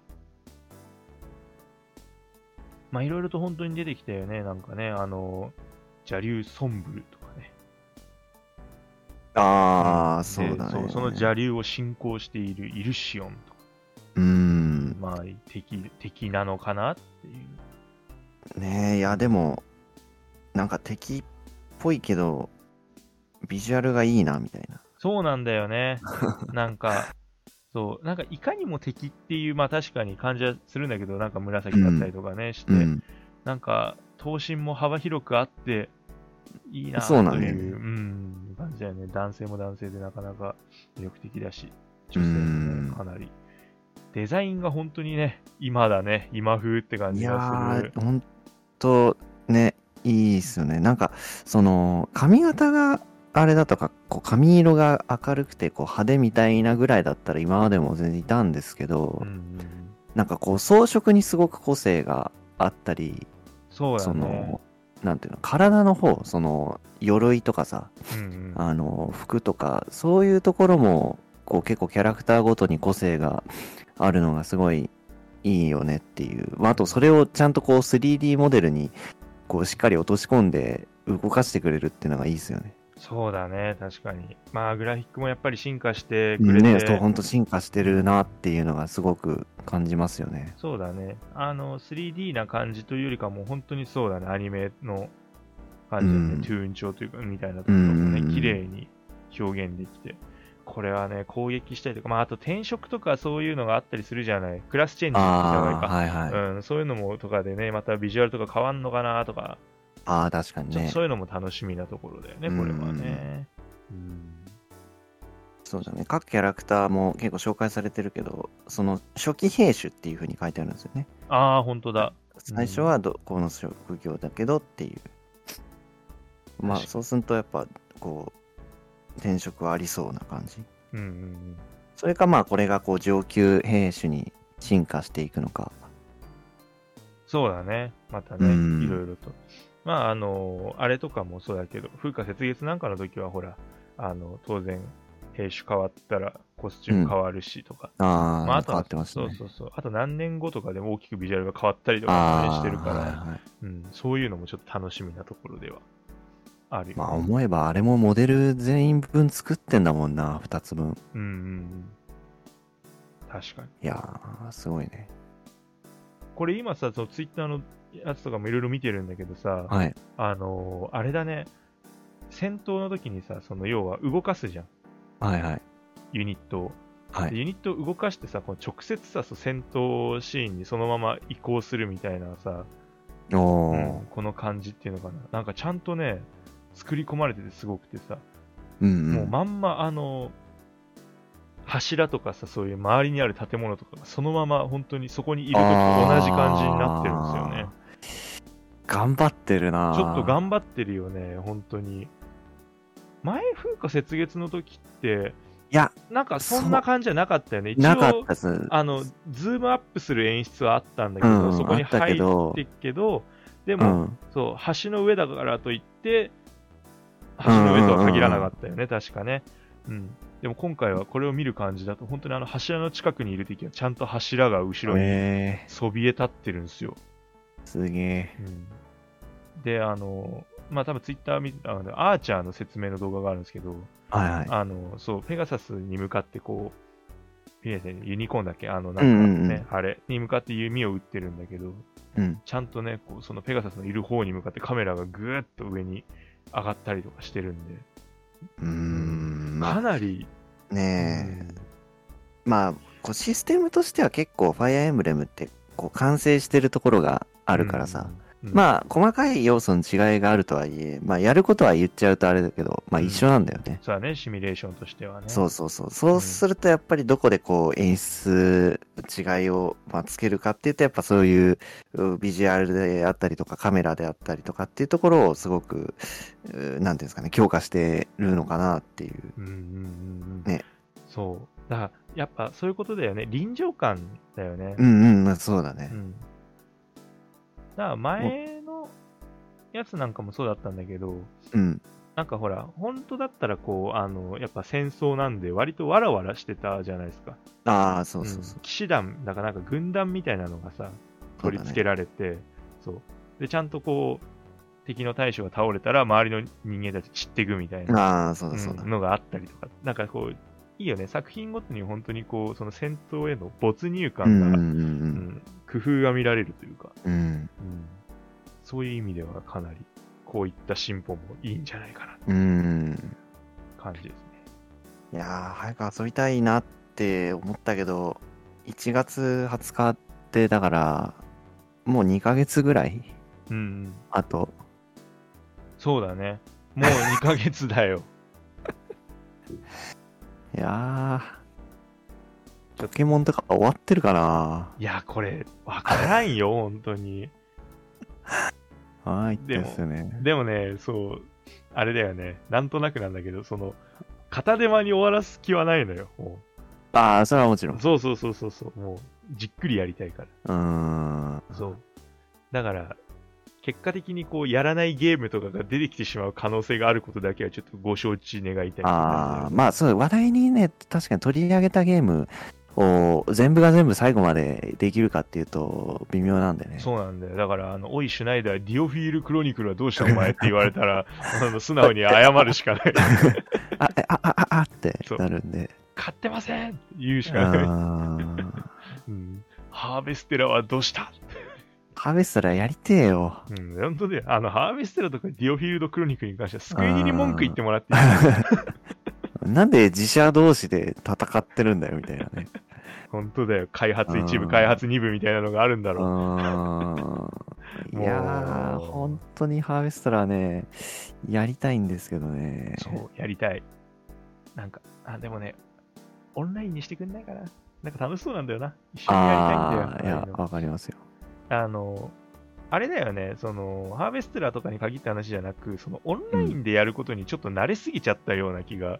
まあ、いろいろと本当に出てきたよね。なんかね、あの、邪竜ソンブルとかね。
ああそうだね
でそうその邪竜を信仰しているイルシオンとか、
うん
まあ、敵、敵なのかなっていう。
ねえいやでもなんか敵っぽいけどビジュアルがいいなみたいな
そうなんだよ ね。なんか、そう、なんかいかにも敵っていう、まあ確かに感じはするんだけど、なんか紫だったりとかね、して、
うん
なんか、頭身も幅広くあって、いいな
そうなん
と
だ
い
よね
う、うん、感じだよね。男性も男性でなかなか魅力的だし、
う
女
ん
性もねかなり。デザインが本当にね、今だね、今風って感
い
じ
や
がする
ー。ほんとねいいっすよねなんかその髪型があれだとかこう髪色が明るくてこう派手みたいなぐらいだったら今までも全然いたんですけど、
うんうん、
なんかこう装飾にすごく個性があったり
そうだ
そ
ね
の。なんていうの体の方その鎧とかさ
うんうん
あの服とかそういうところもこう結構キャラクターごとに個性があるのがすごいいいよねっていう、まあ、あとそれをちゃんとこう 3D モデルにこうしっかり落とし込んで動かしてくれるっていうのがいいですよね。
そうだね、確かに。まあ、グラフィックもやっぱり進化してくれて、
ねそうほんと進化してるなっていうのがすごく感じますよね。
そうだね。あの、3D な感じというよりかも、本当にそうだね、アニメの感じのね、
うん
トゥーン調というか、みたいなところも
うんうんうん
ね、綺麗に表現できて。これはね、攻撃したりとか、まあ、あと転職とかそういうのがあったりするじゃない。クラスチェンジじゃない
ああ
か。
はいはい。
うん、そういうのもとかでね、またビジュアルとか変わんのかなとか、
ああ確かに
ちょっと
ね
そういうのも楽しみなところだよね、これはね。うん
そうだね各キャラクターも結構紹介されてるけどその初期兵種っていうふうに書いてあるんですよね。
ああ、本当だ。
最初はど、この職業だけどっていうまあ
確かに
そうするとやっぱこう転職はありそうな感じ
うんうんうん。
それかまあこれがこう上級兵種に進化していくのか。
そうだね。またね、
うん
いろいろと。まあ、あの、あれとかもそうだけど、風化雪月なんかの時は、ほら、あの、当然、兵種変わったらコスチューム変わるしとか。
ああ、
まあ、あと
変
は
わってますね。
そうそうそう。あと何年後とかでも大きくビジュアルが変わったりとかね
ああ、
してるから、
はいはい
うん、そういうのもちょっと楽しみなところではあるよね
まあ思えばあれもモデル全員分作ってんだもんな、2つ分。
うんうんうん。確かに。
いやー、すごいね。
これ今さ、そのツイッターのやつとかもいろいろ見てるんだけどさ、
はい。
あのーあれだね、戦闘の時にさ、その要は動かすじゃん、
はいはい。
ユニットを。
は
で
い。
ユニットを動かしてさ、この直接さ、そう戦闘シーンにそのまま移行するみたいなさ、
お
う
ー
ん。この感じっていうのかな。なんかちゃんとね、作り込まれててすごくてさ、
うん
も
う。
うんまんまあの、柱とかさ、そういう周りにある建物とかが、そのまま本当にそこにいる時と同じ感じになってるんですよね。
頑張ってるな
ちょっと
張
頑張ってるよね、本当に。前、風化雪月の時って、
いや、
なんかそんな感じじゃなかったよね。一
なかっ
応、
たです。
あの、ズームアップする演出はあったんだけ
う
ど、
ん
そこに
あった
入
けど
ってっけど、で
う
も、
ん。
そう、橋の上だからといって、橋の上とは限らなかったよね、確かね。うん。でも今回はこれを見る感じだと、本当にあの柱の近くにいるときは、ちゃんと柱が後ろに
え
そびえ立ってるんですよ。
ー、すげえ。
うん。で、あの、まあ、多分ツイッター見たあの、アーチャーの説明の動画があるんですけど、
はいはい。
あの、そう、ペガサスに向かってこう、いいですねユニコーンだっけあの、な
うんん
か
うんう
ね
ん、
あれに向かって弓を打ってるんだけど、
うん。
ちゃんとね、こうそのペガサスのいる方に向かってカメラがぐーっと上に上がったりとかしてるんで、
うーん。
か
ま
なり、
あねえ。まあ、こうシステムとしては結構ファイアーエンブレムってこう完成してるところがあ
あ
るからさ。、
うん
まあ、細かい要素の違いがあるとはいえ、まあ、やることは言っちゃうとあれだけど、まあ、
うん
一緒なんだよね。
そうだね、シミュレーションとしてはね。
そうそうそう。そうすると、やっぱりどこでこう、演出、違いを、まあ、つけるかっていうと、やっぱそういう、うビジュアルであったりとか、カメラであったりとかっていうところを、すごく、うなんていうんですかね、強化してるのかなっていう。
うんうんうんうん。
ね
そう。だから、やっぱそういうことだよね。臨場感だよね。
うんうん、まあ、そうだね
う。ん。だから前のやつなんかもそうだったんだけど、
うん。
なんかほら、本当だったらこう、あの、やっぱ戦争なんで割とわらわらしてたじゃないですか。
ああ、そうそうそう
うん。騎士団、だからなんか軍団みたいなのがさ、取り付けられて、そう,、で、ちゃんとこう、敵の大将が倒れたら、周りの人間たち散っていくみたいな、
ああ、そう
う
だそうだ。
んのがあったりとか、なんかこう、いいよね、作品ごとに本当にこう、その戦闘への没入
う
感
ん
が、
うんう
うんん工夫が見られるというか、
うん。うん。
うんそういう意味ではかなり、こういった進歩もいいんじゃないかなって
うん。
感じですね。
いやー、早く遊びたいなって思ったけど、1月20日って、だから、もう2ヶ月ぐらい
うんうん、
あと、
そうだね。もう2ヶ月だ よ。
いやー、ポケモンとか終わってるかない
や、これ、わからんよ、本当に。
はい、
でも
ですね。
でもね、そう、あれだよね、なんとなくなんだけど、その、片手間に終わらす気はないのよ、も
あー、それはもちろん。
う。
う
そうそうそうそうそう、もう、じっくりやりたいか
ーん。
ら。そう。だから、結果的にこう、やらないゲームとかが出てきてしまう可能性があることだけは、ちょっとご承知願いたい
あー、
あ、
まあそう、話題にね、確かに取り上げたゲームを全部が全部最後までできるかっていうと、微妙なんでね。
そうなんだよ。だから、あの、おい、シュナイダー、ディオフィール・クロニクルはどうしたお前って言われたら、 あの素直に謝るしかない。
あ、えあ、あ、あ、あって
そう
なるん で。
買ってませんって言うし
あ
かない。
ー
うんハーベステラはどうした
ハーベストラやりてえよ。
うん、本当で、あの、ハーベステラとかディオフィールドクロニクルに関しては、救いに
あー
文句言ってもらっていいですか
なんで自社同士で戦ってるんだよみたいなね。
本当だよ。開発一
あ
部、
ー
開発二部みたいなのがあるんだ
う
ろ
ーん。いやー、
もう
本当にハーベストラーね、やりたいんですけどね
う。。そう、やりたい。なんか、あ、でもね、オンラインにしてくんないかな。なんか楽しそうなんだよな。一緒にやり
あ
たいん
ー、い
だよ。ああ
や
いう、の
わかりますよ。
あの、あれだよね、その、ハーベステラとかに限った話じゃなく、その、オンラインでやることにちょっと慣れすぎちゃったような気がするんで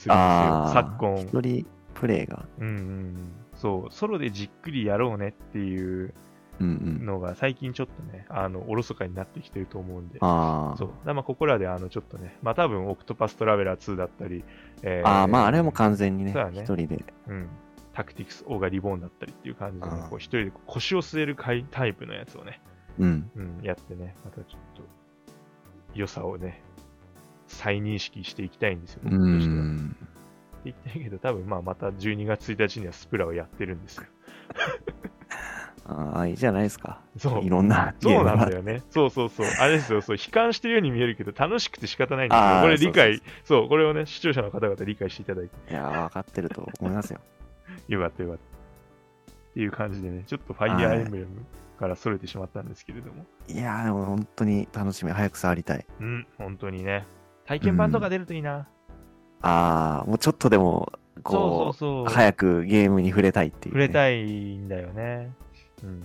すよ。
あー、
昨今。
一人、プレイが。
うんうんうん、そう、ソロでじっくりやろうねっていう
うんうん。
のが最近ちょっとね、あの、おろそかになってきてると思うんで、
あ
そう。だからまあここらで、あの、ちょっとね、まあ多分、オクトパストラベラー2だったり、え
あ。
ー
ああ、まああれはもう完全にね
そうだ、ね
一人で。
うん、タクティクス、オーガリボーンだったりっていう感じの、
ああ
こう一人で腰を据えるかいタイプのやつをね、
うん。
うん、やってね、またちょっと、良さをね、再認識していきたいんですよ、
う
僕としては。って
ん。
言ってるけど、多分まあまた12月1日にはスプラをやってるんですよ。
ああ、いいじゃないですか。
そう
い。ろんなゲー
そう
ム
なん
が
だ。よね。そうそうそう。あれですよ、そう、悲観してるように見えるけど、楽しくて仕方ないんです
あ
よ。
あ
これ理解、
そ
そうこれをね、視聴者の方々理解していただいて、
いや、わかってると思います よ。
よかったよかった。っていう感じでね、ちょっとファイアーエンブレムから逸れてしまったんですけれども。
いやー、でも本当に楽しみ。早く触りたい。
うん、本当にね。体験版とか出るといいな。
ああ、もうちょっとでも、
そう
こ
そう
う、
そう。
早くゲームに触れたいっていう
触
ね。
れたいんだよね。うん。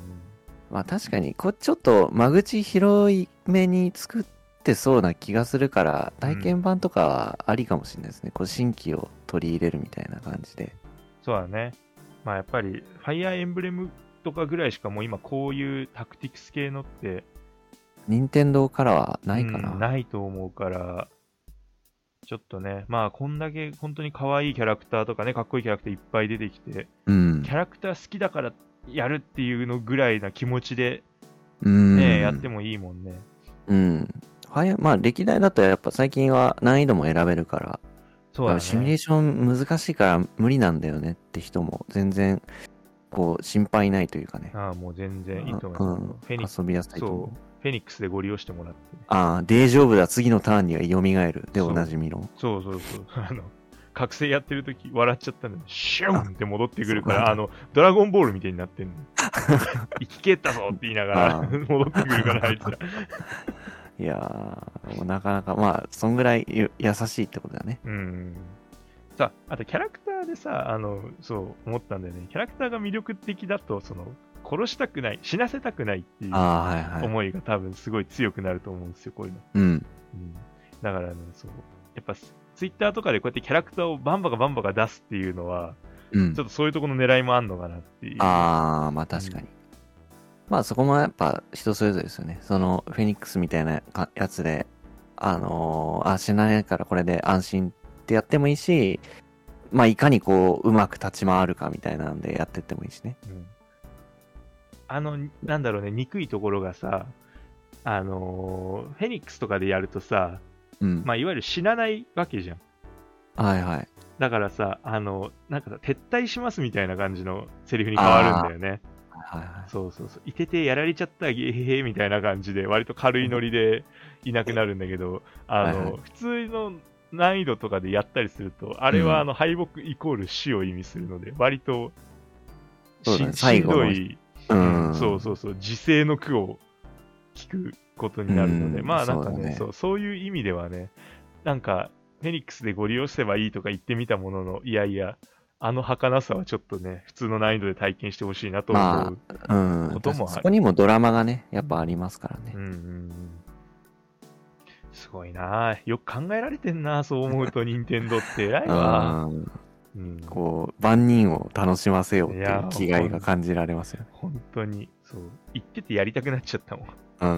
まあ確かに、こうちょっと間口広い目に作ってそうな気がするから、体験版とかはありかもしれないですね。こう新規を取り入れるみたいな感じで。
そうだね。まあやっぱり、ファイアーエンブレムとかぐらいしかもう今こういうタクティクス系のって、
任天堂からはないかな。
うんないと思うから、ちょっとね、まあこんだけ本当に可愛いキャラクターとかね、かっこいいキャラクターいっぱい出てきて、
うん
キ。ャラクター好きだからやるっていうのぐらいな気持ちで
うん。
ね、やってもいいもんね。
うん。はや、まあ歴代だとやっぱ最近は難易度も選べるから、
そうだね。
シミュレーション難しいから無理なんだよねって人も全然、こう心配ないというかね。
ああ、もう全然いいと思いうます。
ん
フェニックス
遊びやすいと思
そうう。フェニックスでご利用してもらってね、
ああ、大丈夫だ、次のターンには蘇る。で、
そう
おなじみの。
そうそうそう。 あの、覚醒やってる時笑っちゃったのに、シュンって戻ってくるか
あ
ら、あの、ドラゴンボールみたいになっ てんの。生き切ったぞって言いながら、
あー
戻ってくるから、あいつら。
いやー、もうなかなか、まあ、そんぐらいゆ優しいってことだね。
うん。さあ、あとキャラクターでさ、あの、そう、思ったんだよね。キャラクターが魅力的だと、その、殺したくない、死なせたくないっていう
ああ、はいはい。
思いが多分すごい強くなると思うんですよ、こういうの。
うん。
うん、だからね、そう。やっぱ、ツイッターとかでこうやってキャラクターをバンバカバンバカ出すっていうのは、
うん
ちょ。っとそういうところの狙いもあんのかなっていう。
ああ、まあ確かに。まあそこもやっぱ人それぞれですよね。その、フェニックスみたいなかやつで、あのーあ、死なないからこれで安心ってやってもいいし、まあいかにこう、うまく立ち回るかみたいなんでやってってもいいしね。
うんあの、なんだろうね、憎いところがさ、あのーフェニックスとかでやるとさ、
うん。
まあ、いわゆる死なないわけじゃん。
はいはい。
だからさ、あの、なんかさ、撤退しますみたいな感じのセリフに変わるんだよね。
はいはい。
そうそうそう。いててやられちゃった、ゲへへみたいな感じで、割と軽いノリでいなくなるんだけど、あ
はいは
の、普通の難易度とかでやったりすると、あれ
うん
はあの敗北イコール死を意味するので、割とし
そうだね
し
最
ん
後
ど
の
い、
うん。
そうそうそう、自制の句を聞くことになるので、
うん
まあなんか
そうだ
ね
ね
そう、そういう意味ではね、なんか、フェニックスでご利用すればいいとか言ってみたものの、いやいや、あの儚さはちょっとね、普通の難易度で体験してほしいなと思う。
まあうん、
こともある
そこにもドラマがね、やっぱありますからね。
うんうんうんすごいなあよく考えられてんなあそう思 うと、任天堂って偉い
う
わ。
ん
うん、
こう、万人を楽しませようって
い
い
や
う気概が感じられますよね。
本当に、そう。言っててやりたくなっちゃったもん。
うん。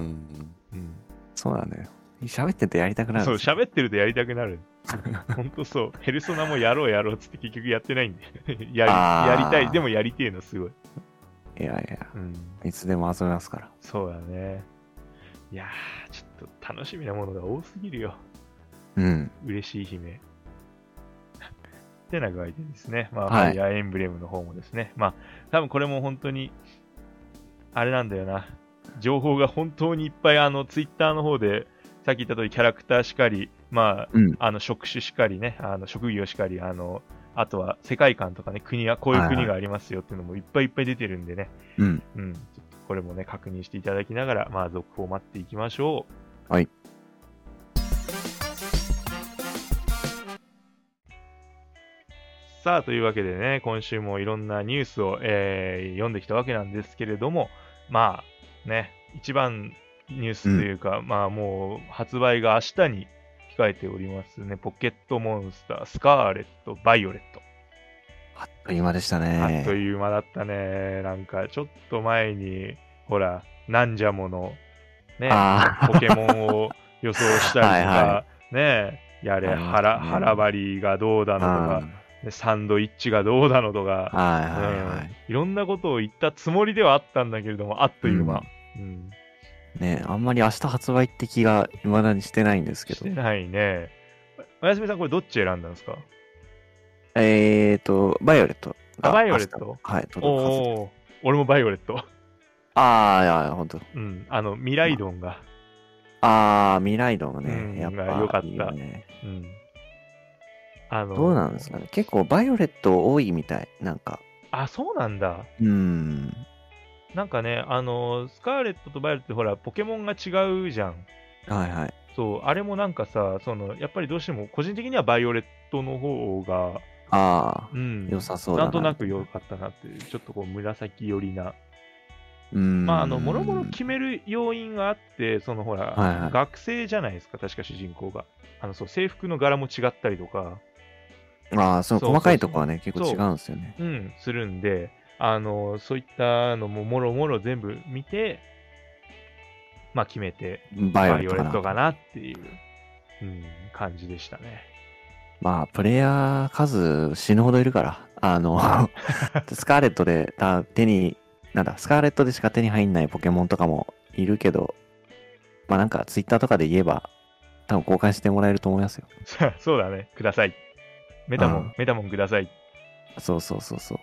うん、
そうなんだよ。喋っててやりたくなるん
そう、
ですよ。
喋ってるとやりたくなる。本当そう。ペルソナもやろうやろうっつって結局やってないんで。 やり
あー
やりたい、でもやりてえのすごい。
いやいや、
うん、
いつでも遊べますから。
そうだね。いやー、ちょっと楽しみなものが多すぎるよ。
うん。
嬉しい悲鳴。ってな具合でですね、まあ、
はい
ファイアーエンブレムの方もですね、まあ、多分これも本当に、あれなんだよな、情報が本当にいっぱい、あの、ツイッターの方で、さっき言った通り、キャラクターしかり、ま
うん。
あ、あの、職種しかりね、あの、職業しかり、あの、あとは世界観とかね、国は、こういう
はいは
国
い
がありますよっていうのもいっぱいいっぱい出てるんでね、
うん。
うん、ちょっとこれもね、確認していただきながら、まあ、続報を待っていきましょう。
はい。
さあ、というわけでね、今週もいろんなニュースを、えー読んできたわけなんですけれども、まあ、ね、一番ニュースというか、まあ、もう発売が明日に控えておりますね、ポケットモンスター、スカーレット、バイオレット。
あっという間でした
あっと
ね。
いう間だったね。なんか、ちょっと前に、ほら、なんじゃもの、ね、
ああ
ポケモンを予想したり とか、
はいは
ね、やれ、
ありますね
腹、腹張りがどうだのと
あ
か、ねサンドイッチがどうだのと
ー
か、
はいはいは
うん
い。
いろんなことを言ったつもりではあったんだけれども、あっという間。うん
ねあんまり明日発売って気がいまだにしてないんですけ
し
ど
て。ないね。おやすみさん、これどっち選んだんですか
えーと、バイオレットが
あバイオレット
明日はい、届くはずです。
おお、俺もバイオレット。
ああ、いや、ほんと。
うん、あの、未来ドンが。
ああ、未来ドも
うん
ね、やっぱ
良かった
いいよね。
うん。あの
どうなんですかね。結構バイオレット多いみたい。なんか。
あ、そうなんだ。
うーん。
なんかね、あの、スカーレットとバイオレットってほら、ポケモンが違うじゃん。
はいはい。
そう、あれもなんかさ、その、やっぱりどうしても、個人的にはバイオレットの方が、
ああ、
うん、
良さそうだ
な
な。
んとなく良かったなっていう、ちょっとこう、紫寄りな。
うーん。
まあ、あの、もろもろ決める要因があって、そのほら、
はいはい
学生じゃないですか、確か主人公が。あの、そう、制服の柄も違ったりとか、
ああ、その
そう
細かいとこはね、
う
結構違うんですよね。
うん、するんで、あの、そういったのも、もろもろ全部見て、まあ、決めて、
バイオ
バ
レ
イ
ッ
オ
ト
レ
か
ット
な。
かなっていう、うん、感じでしたね。
まあ、プレイヤー数死ぬほどいるから、あ の、スカーレットでた手に、なんだ、スカーレットでしか手に入んないポケモンとかもいるけど、まあなんかツイッターとかで言えば、多分公開してもらえると思いますよ。
さあそうだね、ください。メタモン、
うん
メタモンください。
そうそうそうそう。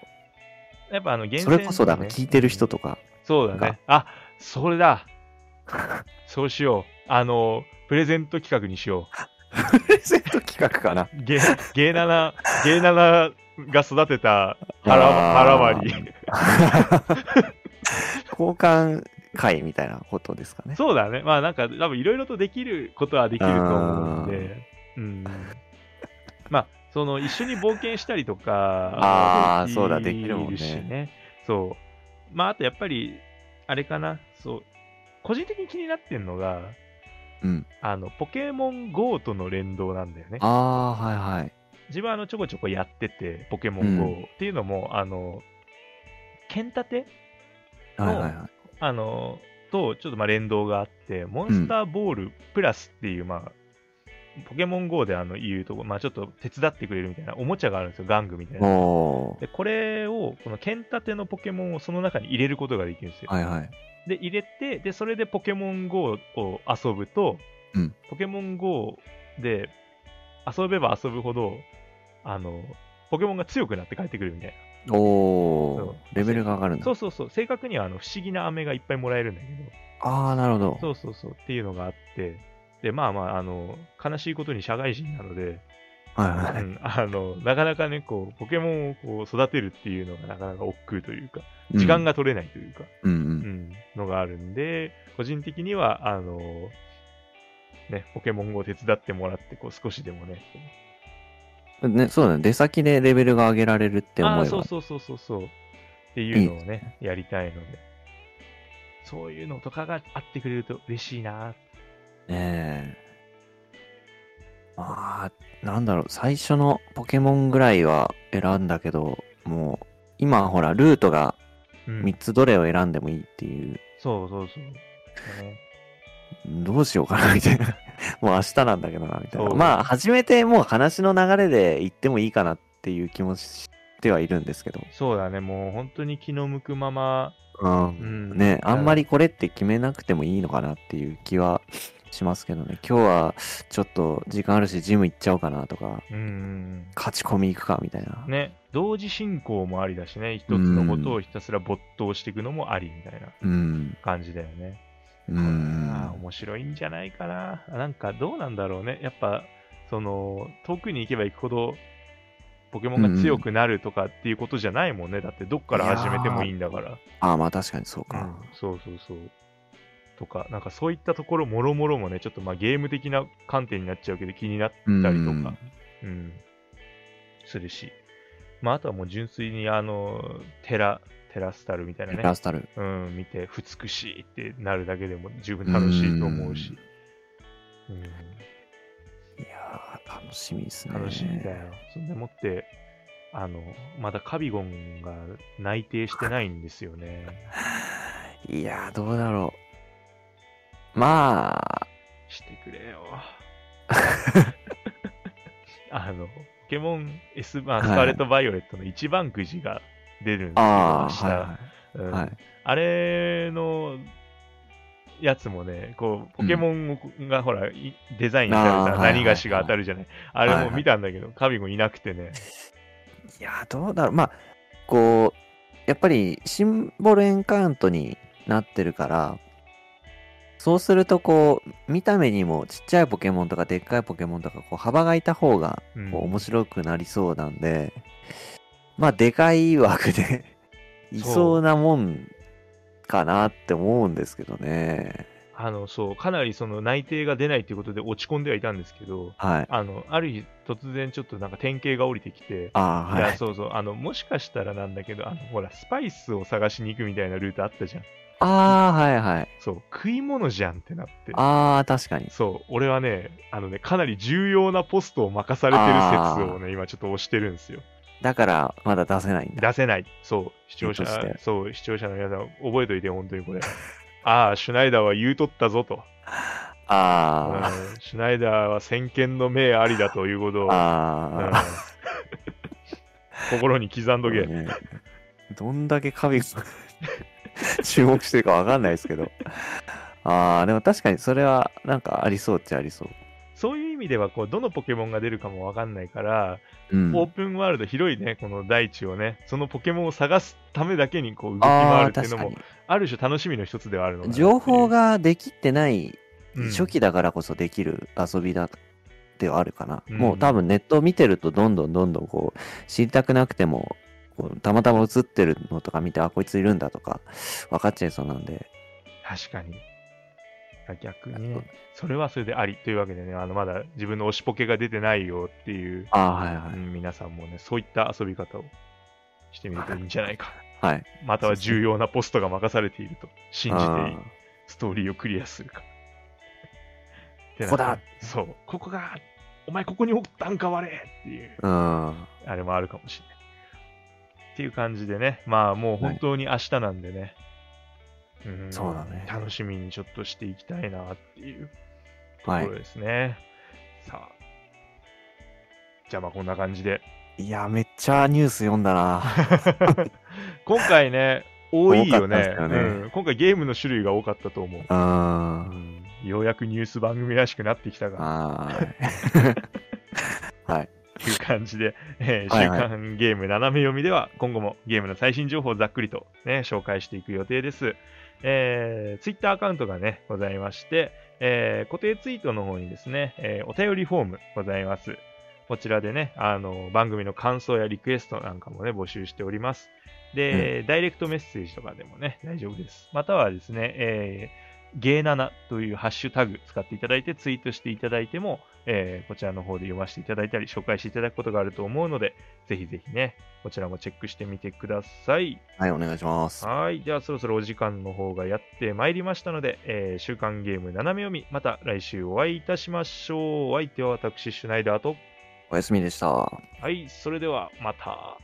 やっぱあの、厳
それこそだ、
ね、
聞いてる人とか、
そうだ
が
ね。あ、それ だ。そうしよう。あの、プレゼント企画にしよ
プレゼント企画かな。
う。ゲ、 ゲーナナ、ゲーナナが育てた腹腹
あー
割り。
交換会みたいなことですかね。
そうだね。まあなんか、多分いろいろとできることはできると思うんで。うん。まあ、その一緒に冒険したりとか、
あーそうだできるもんね
しそう。まあ、あとやっぱり、あれかな、そう。個人的に気になってんのが、
うん。
あの、ポケモン GO との連動なんだよね。
ああ、はいはい。
自分はあの、ちょこちょこやってて、ポケモン GO、
うん
っていうのも、あの、剣立て
はいはいはい。
あのとちょっとまあ連動があって、モンスターボールプラスっていう、まあ、ポケモン GO であの言うとこ、まあ、ちょっと手伝ってくれるみたいなおもちゃがあるんですよ、玩具みたいな。
おー。
でこれを、この剣立てのポケモンをその中に入れることができるんですよ。
はいはい。
で、入れて、で、それでポケモン GO を遊ぶと、
うん
ポケモン GO で遊べば遊ぶほど、あの、ポケモンが強くなって帰ってくるみたい
お
そ
ー
う。
レベルが上がるんだ
な。そ。うそうそう、正確にはあの不思議な飴がいっぱいもらえるんだけど、
ああ、なるほど。
そうそうそうっていうのがあって、で、まあまあ、あの、悲しいことに社会人なので、
はいうは
ん、あの、なかなかね、こう、ポケモンをこう育てるっていうのがなかなか億劫というか、
い。
時間
が。
が取れないというか、
うんう。
うんん、のがあるんで、個人的には、あの、ね、ポケモンを手伝ってもらって、こう、少しでもね、こう
ね、そうだね。出先でレベルが上げられるって
あ
思
あ
えば。
そうそうそうそうそう。っていうのをね、やりたいので、そういうのとかがあってくれると嬉しいな。
ねえ。まあ、なんだろう。最初のポケモンぐらいは選んだけど、もう、今ほら、ルートが
うん
3、つどれを選んでもいいっていう、
そうそうそう。ね
どうしようかな、みたいな。 もう明日なんだけどな、みたいな。
そう
まあ、初めてもう話の流れで行ってもいいかなっていう気もしてはいるんですけど。
そうだね、もう本当に気の向くまま、
うん
うん
ね、あんまりこれって決めなくてもいいのかなっていう気はしますけどね。今日はちょっと時間あるし、ジム行っちゃおうかなとか、
うんうん
勝ち込み行くかみたいな。
うん、ね、同時進行もありだしね、一つのことをひたすら没頭していくのもありみたいな
うん。
感じだよね。
う
ああ
ん。
面白いんじゃないかな。なんかどうなんだろうね。やっぱ、その、遠くに行けば行くほど、ポケモンが強くなるとかっていうことじゃないもんね。だって、どっから始めてもいいんだから。
ああ、まあ確かにそう
う
か
ん。そうそうそう。とか、なんかそういったところ、もろもろもね、ちょっとまあゲーム的な観点になっちゃうけど、気になったりと
うん
か、うん、するし。まあ、あとはもう純粋に、あの、テラ、テラスタルみたいな
ラ
ね、
スタル。
うん、見て、美しいってなるだけでも十分楽しいと思うし。うん
いやー、楽しみですね。
楽しみだよ。そんでもって、あの、まだカビゴンが内定してないんですよね。
いやー、どうだろう。まあ、
してくれよ。 あの、ポケモン S、まあ、
はい
スカーレット・バイオレットの一番くじが出るんですけど、
ああ、
下
はい、
うん
はい。はい。
あれのやつもね、こう、ポケモンをが、ほら、いデザインされ
あーはいは
た
いはい
何がしが当たるじゃない。あ
は
れ
い
も
はい
見たんだけど、カビゴンいなくてね。
いやー、どうだろう。まあ、こう、やっぱりシンボルエンカウントになってるから、そうすると、こう、見た目にもちっちゃいポケモンとかでっかいポケモンとか、こう、幅がいた方が、
うん
こう、面白くなりそうなんで、まあ、でかい枠で、 いそうなもんかなって思うんですけどね。
あの、そう、かなりその内定が出ないということで落ち込んではいたんですけど、
はい。
あの、ある日突然ちょっとなんか典型が降りてきて、
ああ、
い
は
や、
い。
そうそう、あの、もしかしたらなんだけど、あの、ほら、スパイスを探しに行くみたいなルートあったじゃん。
ああ、はいはい。
そう、食い物じゃんってなって。
ああ、確かに。
そう、俺はね、あのね、かなり重要なポストを任されてる説をね、今ちょっと押してるんですよ。
だから、まだ出せないんだ。
出せない。そう、視聴者
ヒットして、
そう、視聴者の皆さん、覚えといて、本当にこれ。ああ、シュナイダーは言うとったぞと。うん
あ
シュナイダーは先見の明ありだということ
あ、
を、
ああ。
うん心に刻んどけ。
ねどんだけ神が 注目してるかわかんないですけど。ああ、でも確かにそれはなんかありそうっちゃありそう。
そういう意味では、こう、どのポケモンが出るかもわかんないから、
うん、
オープンワールド広いね、この大地をね、そのポケモンを探すためだけにこう動き
あ
回る
あ、
っていう
確
の
か
も
に。
ある種楽しみの一つではあるのかなっていう
情報、ができてない、
うん
初期だからこそできる遊びだ、ではあるかな。
うん
もう多分ネットを見てるとどんどんどんどんこう、知りたくなくても、こうたまたま映ってるのとか見て、あ、こいついるんだとか、分かっちゃいそうなんで。
確かに。逆にね、それはそれでありというわけでね、あのまだ自分の推しポケが出てないよっていう、
ああ、はいはい。
うん皆さんもね、そういった遊び方をしてみるといいんじゃないか。
はい。
または重要なポストが任されていると信じていい
あ
ストーリーをクリアするか。
ここだ
そう、ここが、お前ここにおったんかわれっていう。
ーうん。
あれもあるかもしれない。っていう感じでね、まあもう本当に明日なんでね。うん
そうだね
楽しみにちょっとしていきたいなっていうとこ
はい
ろ。ですね。さあ。じゃあまあこんな感 じで。
いや、めっちゃニュース読んだ な。
今回ね、多いよ
多かったです
ね
よね
うん。今回ゲームの種類が多かったと思う。
うーん。
ようやくニュース番組らしくなってきたか
はーい。
という感じで、えー
はい
週
はい
刊ゲーム斜め読みでは今後もゲームの最新情報をざっくりと、ね、紹介していく予定です。えー、ツイッターアカウントがね、ございまして、えー固定ツイートの方にですね、えーお便りフォームございます。こちらでね、あの、番組の感想やリクエストなんかもね、募集しております。で、ダイレクトメッセージとかでもね、大丈夫です。またはですね、えー、ゲーナナというハッシュタグ使っていただいて、ツイートしていただいても、えーこちらの方で読ませていただいたり、紹介していただくことがあると思うので、ぜひぜひね、こちらもチェックしてみてください。
はい、お願いします。
はい。では、そろそろお時間の方がやってまいりましたので、えー週刊ゲーム斜め読み、また来週お会いいたしましょう。お相手は私、シュナイダーと。
おやすみでした。
はい。それでは、また。